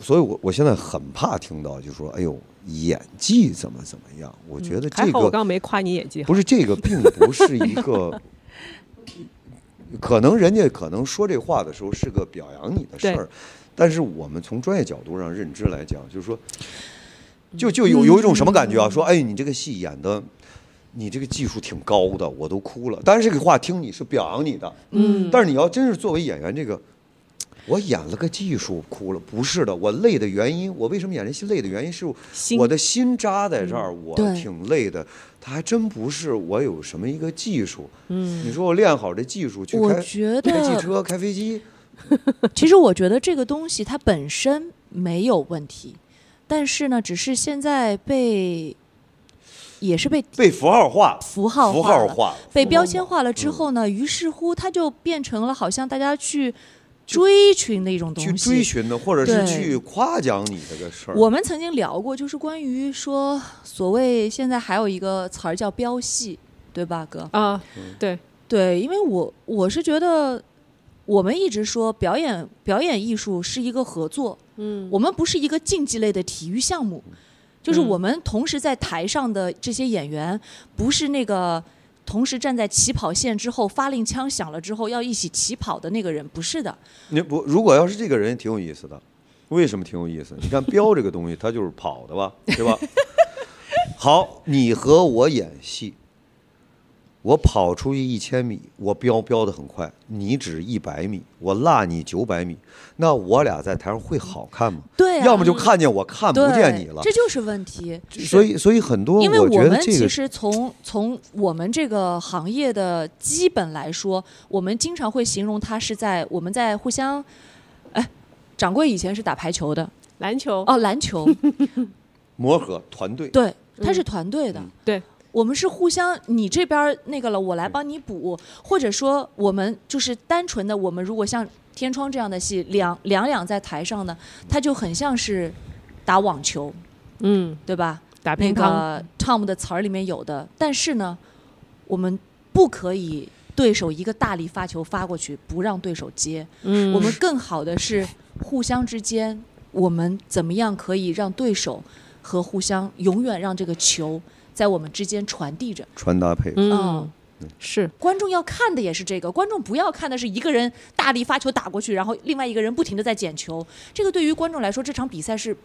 Speaker 3: 所以我，我现在很怕听到就说，哎呦，演技怎么怎么样？
Speaker 4: 嗯
Speaker 3: 我觉得这
Speaker 2: 还好我刚
Speaker 3: 个、
Speaker 2: 刚没夸你演技好，
Speaker 3: 不是这个，并不是一个。 可能人家可能说这话的时候是个表扬你的事
Speaker 2: 对
Speaker 3: 儿，但是我们从专业角度上认知来讲，就是说，
Speaker 2: 嗯
Speaker 3: 就就有有一种什么感觉啊？说，哎，你这个戏演的，你这个技术挺高的，我都哭了。但是这个话听你是表扬你的，
Speaker 2: 嗯，
Speaker 3: 但是你要真是作为演员，这个我演了个技术哭了，不是的，我累的原因，我为什么演这戏累的原因是
Speaker 2: 心
Speaker 3: 我的心扎在这儿，我
Speaker 4: 嗯对
Speaker 3: 挺累的。他还真不是我有什么一个技术，嗯，你说我练好这技术去
Speaker 4: 我
Speaker 3: 开
Speaker 4: 觉
Speaker 3: 开汽
Speaker 4: 得，
Speaker 3: 车、开飞机，
Speaker 4: 其实我觉得这个东西它本身没有问题，但是呢，只是现在被也是被
Speaker 3: 被符号化，
Speaker 4: 符号
Speaker 3: 符
Speaker 4: 化
Speaker 3: 号
Speaker 4: 了
Speaker 3: 化，
Speaker 4: 被
Speaker 3: 符
Speaker 4: 标
Speaker 3: 号
Speaker 4: 签
Speaker 3: 化。
Speaker 4: 化了之后呢，
Speaker 3: 嗯
Speaker 4: 于是乎它就变成了好像大家去追寻的一种东
Speaker 3: 去
Speaker 4: 西。
Speaker 3: 追寻的，或者是
Speaker 4: 对
Speaker 3: 去夸奖你这个事儿。
Speaker 4: 我们曾经聊过，就是关于说所谓现在还有一个词儿叫标戏，对吧，哥？
Speaker 2: 啊，对，
Speaker 4: 对，因为我我是觉得，我们一直说表演表演艺术是一个合作，
Speaker 2: 嗯，
Speaker 4: 我们不是一个竞技类的体育项目，就是
Speaker 2: 嗯
Speaker 4: 我们同时在台上的这些演员，不是那个同时站在起跑线之后发令枪响了之后要一起起跑的那个人，不是的，
Speaker 3: 你不，如果要是这个人也挺有意思的，为什么挺有意思？你看彪这个东西，他就是跑的吧，对吧？好，你和我演戏，我跑出去一千米，我彪彪的很快，你只一百米，我落你九百米，那我俩在台上会好看吗？
Speaker 4: 对啊
Speaker 3: 要么就看见我看不
Speaker 4: 对
Speaker 3: 见你了。
Speaker 4: 这就是问题。
Speaker 3: 所以，所以很多
Speaker 4: 因为
Speaker 3: 我觉得
Speaker 4: 们
Speaker 3: 这
Speaker 4: 其
Speaker 3: 个
Speaker 4: 实从从我们这个行业的基本来说，我们经常会形容它是在我们在互相，哎，掌柜以前是打排球的
Speaker 2: 篮球
Speaker 4: 哦，篮球，
Speaker 3: 磨合团队，
Speaker 4: 对，它是团队的。
Speaker 2: 嗯对，
Speaker 4: 我们是互相，你这边儿那个了，我来帮你补，或者说我们就是单纯的，我们如果像《天窗》这样的戏，两两两在台上呢，它就很像是打网球，
Speaker 2: 嗯，
Speaker 4: 对吧？
Speaker 2: 打
Speaker 4: 那
Speaker 2: 乒乓，
Speaker 4: 个 Tom 的词儿里面有的，但是呢，我们不可以对手一个大力发球发过去，不让对手接。
Speaker 2: 嗯，
Speaker 4: 我们更好的是互相之间，我们怎么样可以让对手和互相永远让这个球在我们之间传递着。
Speaker 3: 穿搭配，
Speaker 2: 嗯是
Speaker 4: 观众要看的也是这个，观众不要看的是一个人大力发球打过去，然后另外一个人不停的在捡球。这个对于观众来说，这场比赛是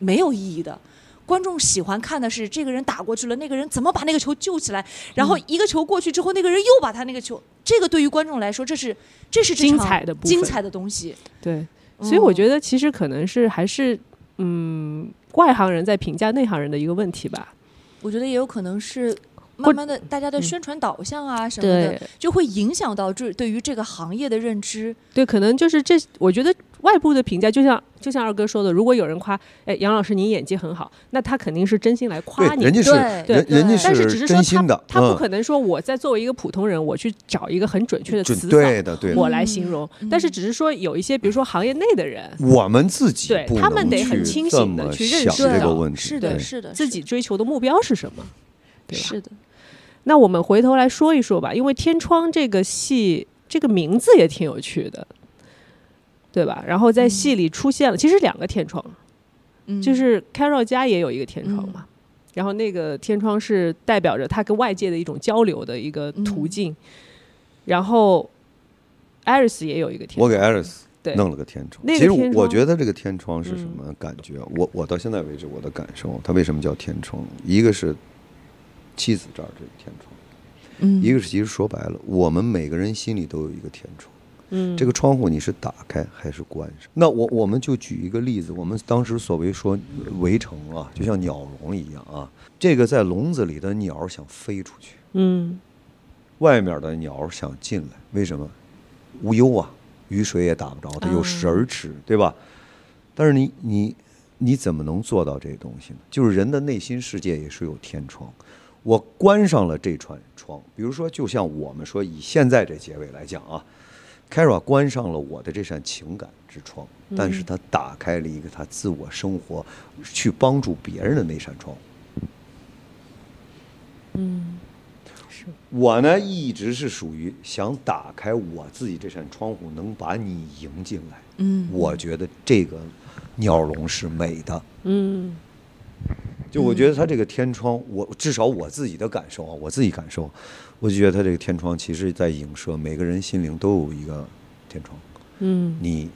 Speaker 4: 没有意义的。观众喜欢看的是这个人打过去了，那个人怎么把那个球救起来，然后一个球过去之后，那个人又把他那个球。这个对于观众来说，这是这是这
Speaker 2: 精
Speaker 4: 场
Speaker 2: 彩的部分
Speaker 4: 精彩的东西。
Speaker 2: 对，
Speaker 3: 哦
Speaker 2: 所以我
Speaker 4: 嗯
Speaker 2: 觉得其实可能是还是嗯，外行人在评价内行人的一个问题吧。
Speaker 4: 嗯我觉得也有可能是
Speaker 2: 或
Speaker 4: 慢慢的大家的
Speaker 2: 嗯
Speaker 4: 宣传导向啊什么的，就会影响到这对于这个行业的认知。
Speaker 2: 对，可能就是这，我觉得外部的评价就像就像二哥说的，如果有人夸，哎，杨老师您演技很好，那他肯定是真心来
Speaker 3: 对
Speaker 2: 夸，你
Speaker 3: 人家是
Speaker 4: 对
Speaker 3: 人
Speaker 4: 对
Speaker 3: 人家
Speaker 2: 但是只是说
Speaker 3: 真心的，
Speaker 2: 他，他不
Speaker 3: 嗯
Speaker 2: 可能说我在作为一个普通人，我去找一个很准确的
Speaker 3: 准
Speaker 2: 词
Speaker 3: 对嗯的对的
Speaker 2: 我来形容。但是只是说有一些，比如说行业内的人，
Speaker 3: 我们自己
Speaker 2: 对
Speaker 3: 不
Speaker 2: 他们
Speaker 3: 能
Speaker 2: 得很
Speaker 3: 去
Speaker 2: 清
Speaker 3: 这
Speaker 2: 醒地
Speaker 3: 么
Speaker 2: 去认
Speaker 3: 想
Speaker 2: 识
Speaker 3: 这
Speaker 2: 到
Speaker 3: 个问题，
Speaker 4: 是
Speaker 2: 对
Speaker 4: 的，是的，
Speaker 2: 自己追求的目标是什么，对吧？
Speaker 4: 是的，
Speaker 2: 那我们回头来说一说吧，因为《天窗》这个戏，这个名字也挺有趣的，对吧？然后在戏里出现了，其实两个天窗，
Speaker 4: 嗯，
Speaker 2: 就是 Carol 家也有一个天窗嘛。然后那个天窗是代表着他跟外界的一种交流的一
Speaker 4: 嗯
Speaker 2: 个途径，然后 Iris 也有一个天
Speaker 3: 我给
Speaker 2: 窗，
Speaker 3: 艾瑞斯
Speaker 2: 对
Speaker 3: 弄了个天窗。
Speaker 2: 那个
Speaker 3: 其实
Speaker 2: 天
Speaker 3: 我
Speaker 2: 窗嗯
Speaker 3: 觉得这个天窗是什么感觉？我我到现在为止我的感受，它为什么叫天窗？一个是妻子这儿这个天窗，
Speaker 4: 嗯
Speaker 3: 一个是其实说白了，我们每个人心里都有一个天窗。
Speaker 2: 嗯，
Speaker 3: 这个窗户你是打开还是关上？那我我们就举一个例子，我们当时所谓说呃围城啊，就像鸟笼一样啊，这个在笼子里的鸟想飞出去，
Speaker 2: 嗯
Speaker 3: 外面的鸟儿想进来，为什么？无忧啊，雨水也打不着，它有食儿吃，对吧？但是你你你怎么能做到这东西呢？就是人的内心世界也是有天窗，我关上了这扇窗，比如说，就像我们说以现在这结尾来讲啊，Kara 关上了我的这扇情感之窗，但是他打开了一个他自我生活去帮助别人的那扇窗。我呢一直是属于想打开我自己这扇窗户，能把你迎进来。
Speaker 4: 嗯，
Speaker 3: 我觉得这个鸟笼是美的。
Speaker 2: 嗯
Speaker 3: 就我觉得它这个天窗，我至少我自己的感受啊，我自己感受，我就觉得它这个天窗其实在影射每个人心灵都有一个天窗，
Speaker 2: 嗯
Speaker 3: 你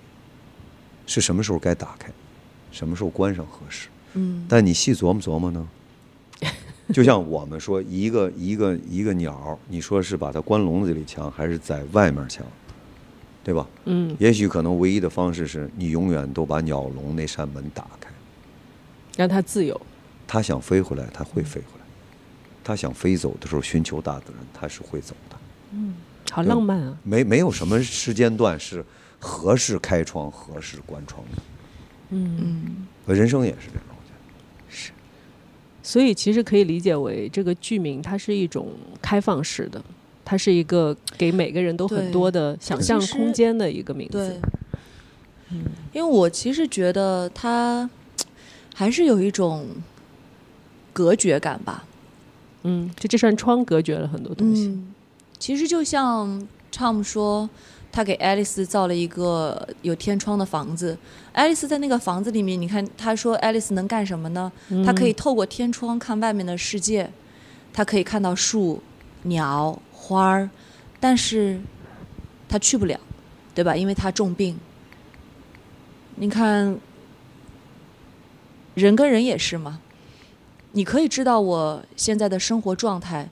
Speaker 3: 是什么时候该打开，什么时候关上合适。
Speaker 4: 嗯
Speaker 3: 但你细琢磨琢磨呢， 就像我们说，一个一个一个鸟儿，你说是把它关笼子里强，还是在外面强，对吧？
Speaker 2: 嗯，
Speaker 3: 也许可能唯一的方式是你永远都把鸟笼那扇门打开，
Speaker 2: 让它自由。
Speaker 3: 它想飞回来，它会飞回来；它想飞走的时候，寻求大自然，它是会走的。
Speaker 2: 好
Speaker 3: 嗯
Speaker 2: 浪漫啊！
Speaker 3: 没没有什么时间段是合适开窗、合适关窗的。
Speaker 4: 嗯
Speaker 3: 呃人生也是这样，我觉得。
Speaker 2: 所以其实可以理解为这个剧名，它是一种开放式的，它是一个给每个人都很
Speaker 4: 对
Speaker 2: 多的想象
Speaker 4: 其实
Speaker 2: 空间的一个名字
Speaker 4: 对。，因为我其实觉得它还是有一种隔绝感吧，
Speaker 2: 嗯，就这扇窗隔绝了很多东西。
Speaker 4: 嗯，其实就像 Tom 说，他给爱丽丝造了一个有天窗的房子。爱丽丝在那个房子里面，你看，他说爱丽丝能干什么呢？
Speaker 2: 嗯
Speaker 4: 她可以透过天窗看外面的世界，她可以看到树、鸟、花儿，但是她去不了，对吧？因为她重病。你看，人跟人也是嘛。你可以知道我现在的生活状态，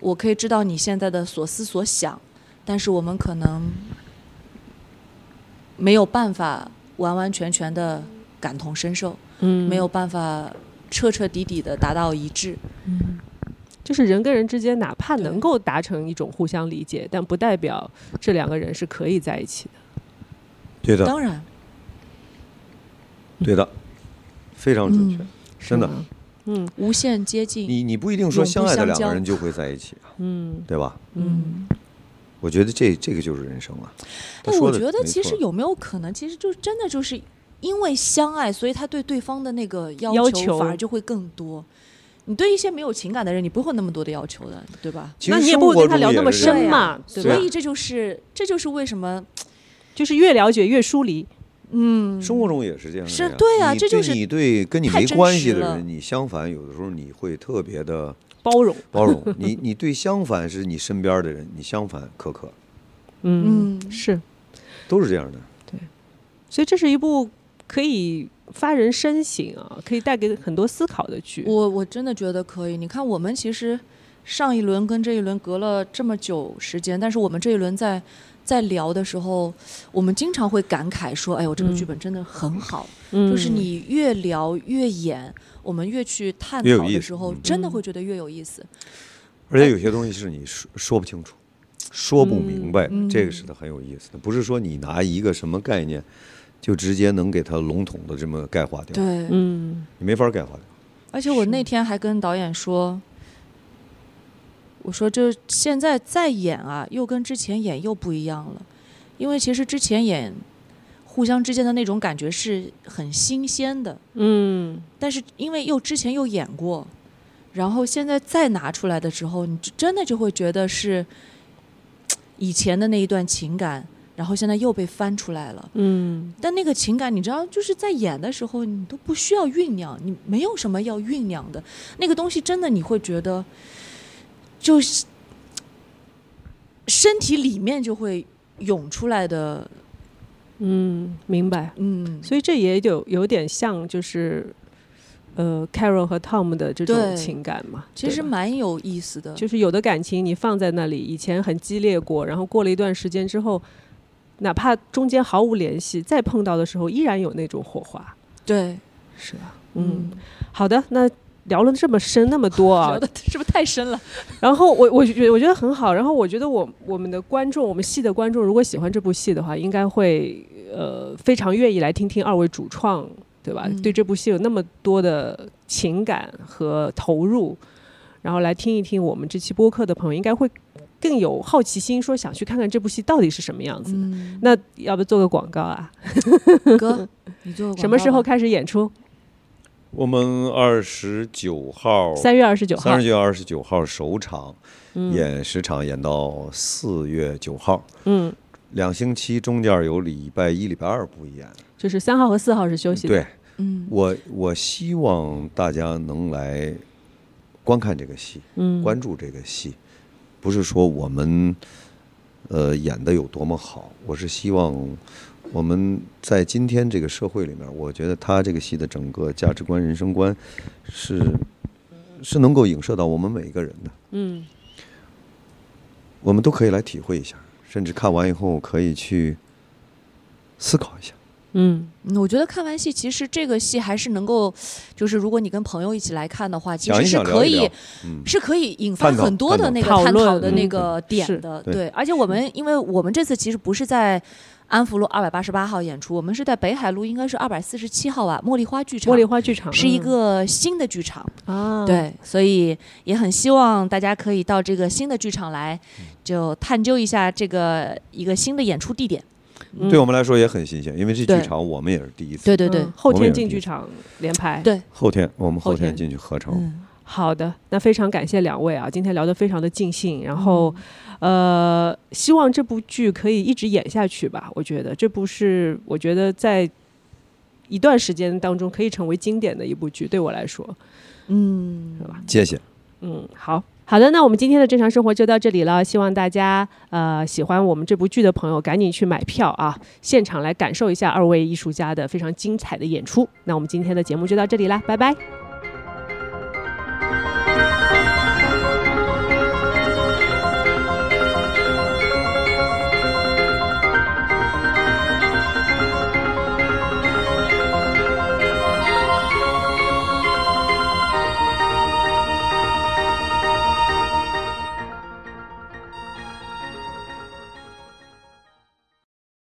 Speaker 4: 我可以知道你现在的所思所想，但是我们可能没有办法完完全全的感同身受，
Speaker 2: 嗯
Speaker 4: 没有办法彻彻底底的达到一致。
Speaker 2: 就是人跟人之间，哪怕
Speaker 4: 对
Speaker 2: 能够达成一种互相理解，但不代表这两个人是可以在一起的。
Speaker 3: 对的，
Speaker 4: 当然，
Speaker 3: 对的，非常准确。
Speaker 4: 嗯
Speaker 3: 真的
Speaker 2: 是吗，
Speaker 4: 无限接近，
Speaker 3: 你你不一定说
Speaker 4: 永不
Speaker 3: 相爱的
Speaker 4: 相
Speaker 3: 两个
Speaker 4: 交
Speaker 3: 人就会在一起啊，
Speaker 2: 嗯
Speaker 3: 对吧？
Speaker 4: 嗯，
Speaker 3: 我觉得这这个就是人生啊。他
Speaker 4: 但
Speaker 3: 说
Speaker 4: 我
Speaker 3: 的
Speaker 4: 觉得
Speaker 3: 没
Speaker 4: 其实
Speaker 3: 错
Speaker 4: 有没有可能，其实就真的就是因为相爱，所以他对对方的那个要
Speaker 2: 要
Speaker 4: 求
Speaker 2: 求
Speaker 4: 反而就会更多。你对一些没有情感的人，你不会有那么多的要求的，对吧？
Speaker 3: 其
Speaker 2: 那
Speaker 3: 实
Speaker 2: 你也
Speaker 3: 生
Speaker 2: 不会
Speaker 3: 活
Speaker 2: 跟他
Speaker 3: 中
Speaker 2: 聊那
Speaker 3: 也
Speaker 2: 么
Speaker 3: 是
Speaker 2: 深
Speaker 3: 这样
Speaker 2: 嘛对
Speaker 4: 所
Speaker 3: 啊
Speaker 4: 以这就是这就是为什么
Speaker 2: 就是越了解越疏离。
Speaker 3: 生活中也是这样的
Speaker 4: 是
Speaker 3: 呀
Speaker 4: 对啊
Speaker 3: 你
Speaker 4: 这
Speaker 3: 对
Speaker 4: 就是
Speaker 3: 你对跟你
Speaker 4: 太
Speaker 3: 没
Speaker 4: 真
Speaker 3: 关
Speaker 4: 实
Speaker 3: 系的
Speaker 4: 了
Speaker 3: 人，你相反有的时候你会特别的
Speaker 2: 包容，
Speaker 3: 包容。你你对相反是你身边的人，你相反苛刻，
Speaker 2: 嗯，
Speaker 4: 嗯
Speaker 2: 是，
Speaker 3: 都是这样的。
Speaker 2: 所以这是一部可以发人深省啊，可以带给很多思考的剧。
Speaker 4: 我我真的觉得可以。你看，我们其实上一轮跟这一轮隔了这么久时间，但是我们这一轮在在聊的时候，我们经常会感慨说：“哎呦，这个
Speaker 2: 嗯
Speaker 4: 剧本真的很好。
Speaker 2: 嗯
Speaker 4: 就是，你越聊越演，我们越去探
Speaker 3: 越有
Speaker 4: 讨
Speaker 3: 意
Speaker 4: 的
Speaker 3: 思
Speaker 4: 时候，
Speaker 3: 嗯
Speaker 4: 真的会觉得越有意思。
Speaker 3: 而且有些东西是你说说不清楚，说不明白的，
Speaker 4: 嗯
Speaker 3: 这个是它很有意思的。不是说你拿一个什么概念，就直接能给它笼统的这么概括掉，
Speaker 4: 对，
Speaker 2: 嗯
Speaker 3: 你没法概括掉。
Speaker 4: 而且我那天还跟导演说，我说这现在再演啊，又跟之前演又不一样了，因为其实之前演互相之间的那种感觉是很新鲜的，
Speaker 2: 嗯，
Speaker 4: 但是因为又之前又演过，然后现在再拿出来的时候，你就真的就会觉得是以前的那一段情感，然后现在又被翻出来了。
Speaker 2: 嗯，
Speaker 4: 但那个情感，你知道，就是在演的时候，你都不需要酝酿，你没有什么要酝酿的。那个东西真的，你会觉得，就是身体里面就会涌出来的，
Speaker 2: 嗯，明白。
Speaker 4: 嗯，
Speaker 2: 所以这也有有点像，就是呃，Carol 和 Tom 的这种
Speaker 4: 对
Speaker 2: 情感嘛。
Speaker 4: 其实
Speaker 2: 对吧
Speaker 4: 蛮有意思的。
Speaker 2: 就是有的感情你放在那里，以前很激烈过，然后过了一段时间之后，哪怕中间毫无联系，再碰到的时候依然有那种火花。
Speaker 4: 对，
Speaker 2: 是啊，嗯
Speaker 4: 嗯，
Speaker 2: 好的，那聊了这么深那么多啊
Speaker 4: 聊，的是不是太深了？
Speaker 2: 然后我我觉我觉得很好，然后我觉得我我们的观众，我们系的观众，如果喜欢这部戏的话，应该会呃非常愿意来听听二位主创，对吧？
Speaker 4: 嗯
Speaker 2: 对这部戏有那么多的情感和投入，然后来听一听我们这期播客的朋友，应该会更有好奇心，说想去看看这部戏到底是什么样子。
Speaker 4: 嗯，
Speaker 2: 那要不做个广告啊？
Speaker 4: 哥，你做个广告吧
Speaker 2: 什么时候？开始演出？
Speaker 3: 我们二十九号、
Speaker 2: 三月二十九号
Speaker 3: 三十。九、二十九号首场
Speaker 2: 嗯
Speaker 3: 演十场，演到四月九号，
Speaker 2: 嗯，
Speaker 3: 两星期中间有礼拜一、礼拜二不演。
Speaker 2: 就是三号和四号是休息的。
Speaker 3: 对
Speaker 4: 嗯，
Speaker 3: 我，我希望大家能来观看这个戏，
Speaker 2: 嗯，
Speaker 3: 关注这个戏，不是说我们呃演的有多么好，我是希望我们在今天这个社会里面，我觉得他这个戏的整个价值观、人生观是是能够影射到我们每一个人的，
Speaker 2: 嗯
Speaker 3: 我们都可以来体会一下，甚至看完以后可以去思考一下。
Speaker 2: 嗯
Speaker 4: 嗯我觉得看完戏，其实这个戏还是能够，就是如果你跟朋友一起来看的话，其
Speaker 3: 讲
Speaker 4: 实
Speaker 3: 一
Speaker 4: 是
Speaker 3: 讲
Speaker 4: 可
Speaker 3: 聊一
Speaker 4: 以
Speaker 3: 聊嗯，
Speaker 4: 是可以引发
Speaker 3: 探讨
Speaker 4: 很多的
Speaker 3: 探讨
Speaker 4: 那个
Speaker 2: 讨
Speaker 4: 探
Speaker 2: 论
Speaker 4: 讨的那
Speaker 2: 嗯
Speaker 4: 个
Speaker 2: 是
Speaker 4: 点的，
Speaker 3: 对
Speaker 4: 对。而且我们，因为我们这次其实不是在安福路二百八十八号演出，我们是在北海路，应该是二百四十七号吧，茉莉花剧场
Speaker 2: 茉，莉花剧场
Speaker 4: 是一
Speaker 2: 嗯
Speaker 4: 个新的剧场，
Speaker 2: 啊，
Speaker 4: 对，所以也很希望大家可以到这个新的剧场来，就探究一下这个一个新的演出地点。
Speaker 2: 嗯
Speaker 3: 对我们来说也很新鲜，因为这
Speaker 4: 对
Speaker 3: 剧场我们也是第一次。
Speaker 4: 对对对，
Speaker 2: 嗯后
Speaker 3: 我们
Speaker 2: 天
Speaker 3: 也
Speaker 2: 进
Speaker 3: 是
Speaker 2: 剧场联排。
Speaker 4: 对
Speaker 3: 后天我们后
Speaker 2: 后天
Speaker 3: 天进去合成，
Speaker 4: 嗯，
Speaker 2: 好的，那非常感谢两位啊，今天聊得非常的尽兴，然后、呃，希望这部剧可以一直演下去吧。我觉得这部是我觉得在一段时间当中可以成为经典的一部剧，对我来说，
Speaker 4: 嗯，
Speaker 2: 是吧？
Speaker 3: 谢谢。
Speaker 2: 嗯，好。好的，那我们今天的正常生活就到这里了。希望大家呃喜欢我们这部剧的朋友，赶紧去买票啊，现场来感受一下二位艺术家的非常精彩的演出。那我们今天的节目就到这里啦，拜拜。